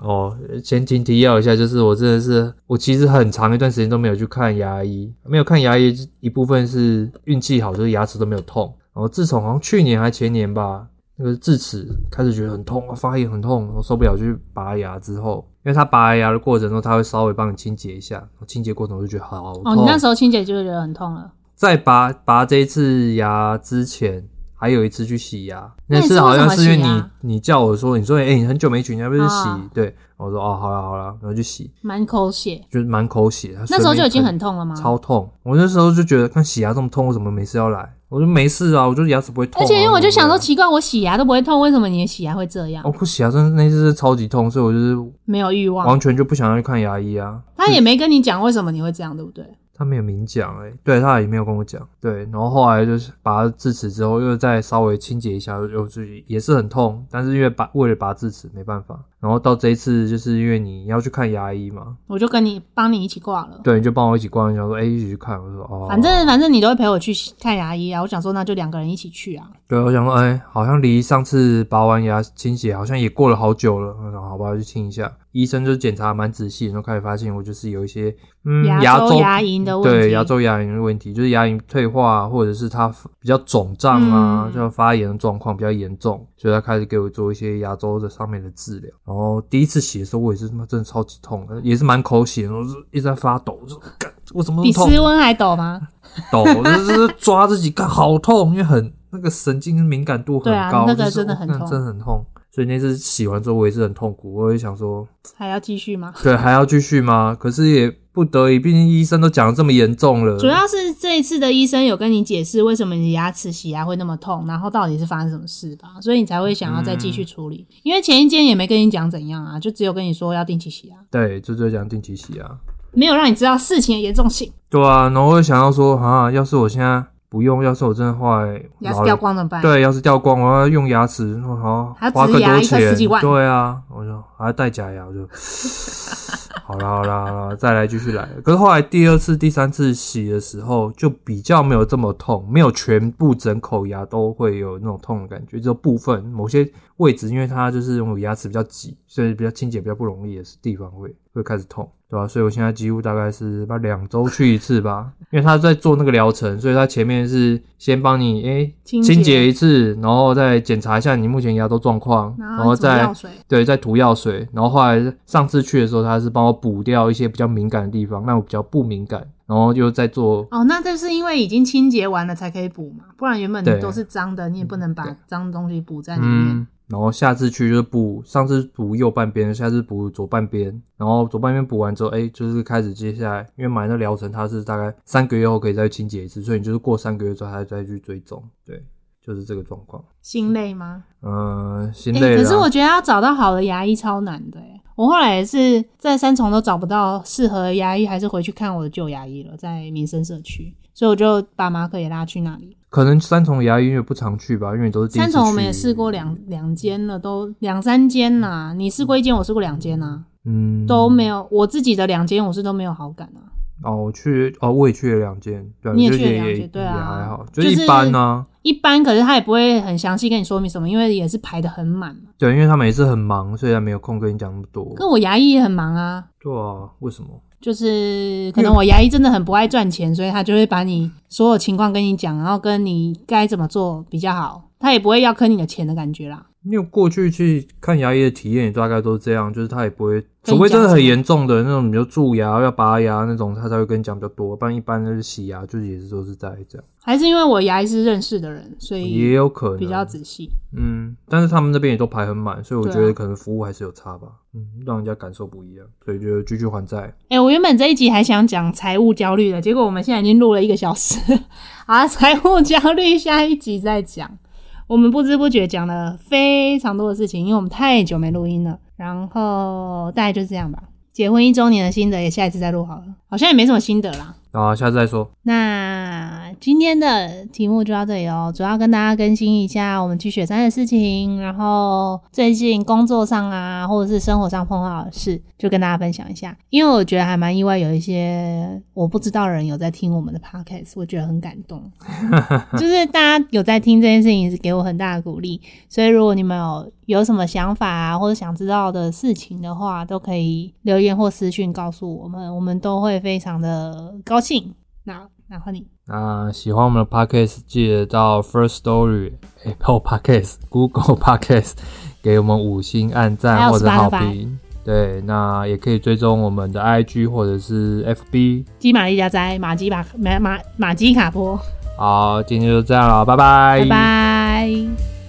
[SPEAKER 1] 哦，前情提要一下，就是我真的是，我其实很长一段时间都没有去看牙医，没有看牙医一部分是运气好，就是牙齿都没有痛。然后自从好像去年还前年吧，那个智齿开始觉得很痛，啊发炎很痛，我受不了去拔牙之后，因为他拔牙的过程中，他会稍微帮你清洁一下，清洁过程我就觉得好好痛。
[SPEAKER 2] 哦，你那时候清姐就觉得很痛了。
[SPEAKER 1] 在拔拔这一次牙之前，还有一次去洗牙，
[SPEAKER 2] 那
[SPEAKER 1] 那
[SPEAKER 2] 你是
[SPEAKER 1] 次好像是因为你
[SPEAKER 2] 为什么洗牙
[SPEAKER 1] 你叫我说，你说哎、你很久没去，你要不要去洗？
[SPEAKER 2] 啊
[SPEAKER 1] 对，我说哦，好啦好啦，然后去洗，
[SPEAKER 2] 满口血，
[SPEAKER 1] 就是满口血。它
[SPEAKER 2] 那时候
[SPEAKER 1] 随便
[SPEAKER 2] 就已经
[SPEAKER 1] 喷
[SPEAKER 2] 很痛了吗？
[SPEAKER 1] 超痛，我那时候就觉得，看洗牙这么痛，为什么没事要来？我就没事啊，我就牙齿不会痛啊、
[SPEAKER 2] 而且因为我就想说，
[SPEAKER 1] 对
[SPEAKER 2] 奇怪，我洗牙都不会痛，为什么你的洗牙会这样
[SPEAKER 1] 啊，？我不洗牙真的那次是超级痛，所以我就是
[SPEAKER 2] 没有欲望，
[SPEAKER 1] 完全就不想要去看牙医啊。
[SPEAKER 2] 他也没跟你讲为什么你会这样，对不对？
[SPEAKER 1] 他没有明讲哎、对他也没有跟我讲，对，然后后来就是拔了智齿之后，又再稍微清洁一下，又就也是很痛，但是因为拔为了拔智齿没办法，然后到这一次就是因为你要去看牙医嘛，
[SPEAKER 2] 我就跟你帮你一起挂了。
[SPEAKER 1] 对，你就帮我一起逛，想说哎、一起去看，我说哦，
[SPEAKER 2] 反正反正你都会陪我去看牙医啊，我想说那就两个人一起去啊。
[SPEAKER 1] 对，我想说哎、好像离上次拔完牙清洁好像也过了好久了，我想好吧，去清一下，医生就检查得蛮仔细，然后开始发现我就是有一些嗯
[SPEAKER 2] 牙周
[SPEAKER 1] 周
[SPEAKER 2] 牙龈的问题，
[SPEAKER 1] 对牙周牙龈的问题，就是牙龈退化，或者是它比较肿胀啊，
[SPEAKER 2] 嗯
[SPEAKER 1] 就发炎的状况比较严重，所以他开始给我做一些牙周的上面的治疗。然后第一次洗的时候，我也是他妈真的超级痛，也是满口血，然后是一直在发抖，我说干我怎么那
[SPEAKER 2] 比
[SPEAKER 1] 么
[SPEAKER 2] 斯
[SPEAKER 1] 痛？
[SPEAKER 2] 温还抖吗？
[SPEAKER 1] 抖，我就是抓自己干好痛，因为很那个神经敏感度很
[SPEAKER 2] 对啊
[SPEAKER 1] 高，
[SPEAKER 2] 那个
[SPEAKER 1] 就是
[SPEAKER 2] 真的
[SPEAKER 1] 哦
[SPEAKER 2] 很
[SPEAKER 1] 干
[SPEAKER 2] 痛
[SPEAKER 1] 真的很痛。所以那次洗完之后，我也是很痛苦，我也想说，
[SPEAKER 2] 还要继续吗？
[SPEAKER 1] 对，还要继续吗？可是也不得已，毕竟医生都讲的这么严重了，
[SPEAKER 2] 主要是这一次的医生有跟你解释为什么你牙齿洗牙会那么痛，然后到底是发生什么事吧，所以你才会想要再继续处理。因为前一间也没跟你讲怎样啊，就只有跟你说要定期洗牙，
[SPEAKER 1] 对，就就讲定期洗牙。
[SPEAKER 2] 没有让你知道事情的严重性。
[SPEAKER 1] 对啊，然后我就想要说，啊，要是我现在不用，要是我真的后来
[SPEAKER 2] 牙齿
[SPEAKER 1] 老了
[SPEAKER 2] 掉，光怎么办？
[SPEAKER 1] 对，要是掉光，我要用牙齿，然后
[SPEAKER 2] 还要
[SPEAKER 1] 花
[SPEAKER 2] 植
[SPEAKER 1] 更
[SPEAKER 2] 牙
[SPEAKER 1] 多
[SPEAKER 2] 一颗
[SPEAKER 1] 钱，
[SPEAKER 2] 十几万
[SPEAKER 1] 对啊，我就还要戴假牙，我就 好啦好啦好啦，再来继续来。可是后来第二次、第三次洗的时候，就比较没有这么痛，没有全部整口牙都会有那种痛的感觉，只有部分某些位置，因为它就是我牙齿比较挤，所以比较清洁比较不容易，也是地方会会开始痛，对吧、所以我现在几乎大概是把两周去一次吧，因为他在做那个疗程，所以他前面是先帮你诶、
[SPEAKER 2] 清洁
[SPEAKER 1] 清洁一次，然后再检查一下你目前牙周状况，
[SPEAKER 2] 然
[SPEAKER 1] 然
[SPEAKER 2] 后
[SPEAKER 1] 后
[SPEAKER 2] 什么
[SPEAKER 1] 再
[SPEAKER 2] 药水，
[SPEAKER 1] 对再涂药水，水，然后后来上次去的时候，他是帮我补掉一些比较敏感的地方，让我比较不敏感，然后又在做
[SPEAKER 2] 哦，那这是因为已经清洁完了才可以补嘛，不然原本
[SPEAKER 1] 对
[SPEAKER 2] 都是脏的，你也不能把脏东西补在里面。
[SPEAKER 1] 嗯，然后下次去就是补，上次补右半边，下次补左半边，然后左半边补完之后，哎，就是开始接下来，因为买那疗程它是大概三个月后可以再清洁一次，所以你就是过三个月之后还再去追踪，对，就是这个状况。
[SPEAKER 2] 心累吗？
[SPEAKER 1] 嗯、心
[SPEAKER 2] 哎、
[SPEAKER 1] 累了啊、
[SPEAKER 2] 可是我觉得要找到好的牙医超难的、欸。我后来也是在三重都找不到适合的牙医，还是回去看我的旧牙医了，在民生社区，所以我就把马可也拉去那里。
[SPEAKER 1] 可能三重牙医院不常去吧，因为你都是第一次
[SPEAKER 2] 三重我们也
[SPEAKER 1] 去
[SPEAKER 2] 试过两两间了，都两三间啦。你试过一间，我试过两间啦，
[SPEAKER 1] 嗯
[SPEAKER 2] 都没有我自己的两间，我是都没有好感啊。
[SPEAKER 1] 哦，我去哦，我也去了两间，对，
[SPEAKER 2] 你也
[SPEAKER 1] 就
[SPEAKER 2] 去了两间
[SPEAKER 1] 也
[SPEAKER 2] 对啊
[SPEAKER 1] 也还好，就
[SPEAKER 2] 就是
[SPEAKER 1] 一般啊，
[SPEAKER 2] 一般，可是他也不会很详细跟你说明什么，因为也是排的很满嘛。
[SPEAKER 1] 对，因为他们也是很忙，所以他没有空跟你讲那么多。
[SPEAKER 2] 可我牙医也很忙啊，
[SPEAKER 1] 对啊，为什么？
[SPEAKER 2] 就是可能我牙医真的很不爱赚钱，所以他就会把你所有情况跟你讲，然后跟你该怎么做比较好，他也不会要坑你的钱的感觉啦。
[SPEAKER 1] 因为过去去看牙医的体验也大概都这样，就是他也不会，
[SPEAKER 2] 跟你
[SPEAKER 1] 除非真的
[SPEAKER 2] 讲什
[SPEAKER 1] 很
[SPEAKER 2] 么
[SPEAKER 1] 严重的那种，你就蛀牙要拔牙那种，他才会跟你讲比较多，不然一般就是洗牙，就是也是都是在这样，
[SPEAKER 2] 还是因为我牙医是认识的人，所
[SPEAKER 1] 哦也
[SPEAKER 2] 以
[SPEAKER 1] 有可能
[SPEAKER 2] 比较仔细。
[SPEAKER 1] 嗯，但是他们那边也都排很满，所以我
[SPEAKER 2] 对啊
[SPEAKER 1] 觉得可能服务还是有差吧，嗯，让人家感受不一样，所以就继续还债。
[SPEAKER 2] 哎、我原本这一集还想讲财务焦虑的，结果我们现在已经录了一个小时，好啊，财务焦虑下一集再讲。我们不知不觉讲了非常多的事情，因为我们太久没录音了。然后大概就是这样吧。结婚一周年的心得也下一次再录好了，好像也没什么心得啦。
[SPEAKER 1] 然后啊下次再说。
[SPEAKER 2] 那今天的题目就到这里哦，主要跟大家更新一下我们去雪山的事情，然后最近工作上啊，或者是生活上碰到的事，就跟大家分享一下。因为我觉得还蛮意外，有一些我不知道的人有在听我们的 podcast，我觉得很感动，就是大家有在听这件事情是给我很大的鼓励。所以如果你们有有什么想法啊，或者想知道的事情的话，都可以留言或私讯告诉我们，我们都会非常的高兴。那那换你，
[SPEAKER 1] 那喜欢我们的 podcast，记得到 First Story、Apple Podcast、Google Podcast 给我们五星按
[SPEAKER 2] 还
[SPEAKER 1] 赞
[SPEAKER 2] 有
[SPEAKER 1] 或者好
[SPEAKER 2] Spotify
[SPEAKER 1] 评。对，那也可以追踪我们的 IG 或者是 FB。
[SPEAKER 2] 基玛丽家哉，马基马马马马基卡波，
[SPEAKER 1] 好，今天就这样了，拜
[SPEAKER 2] 拜拜。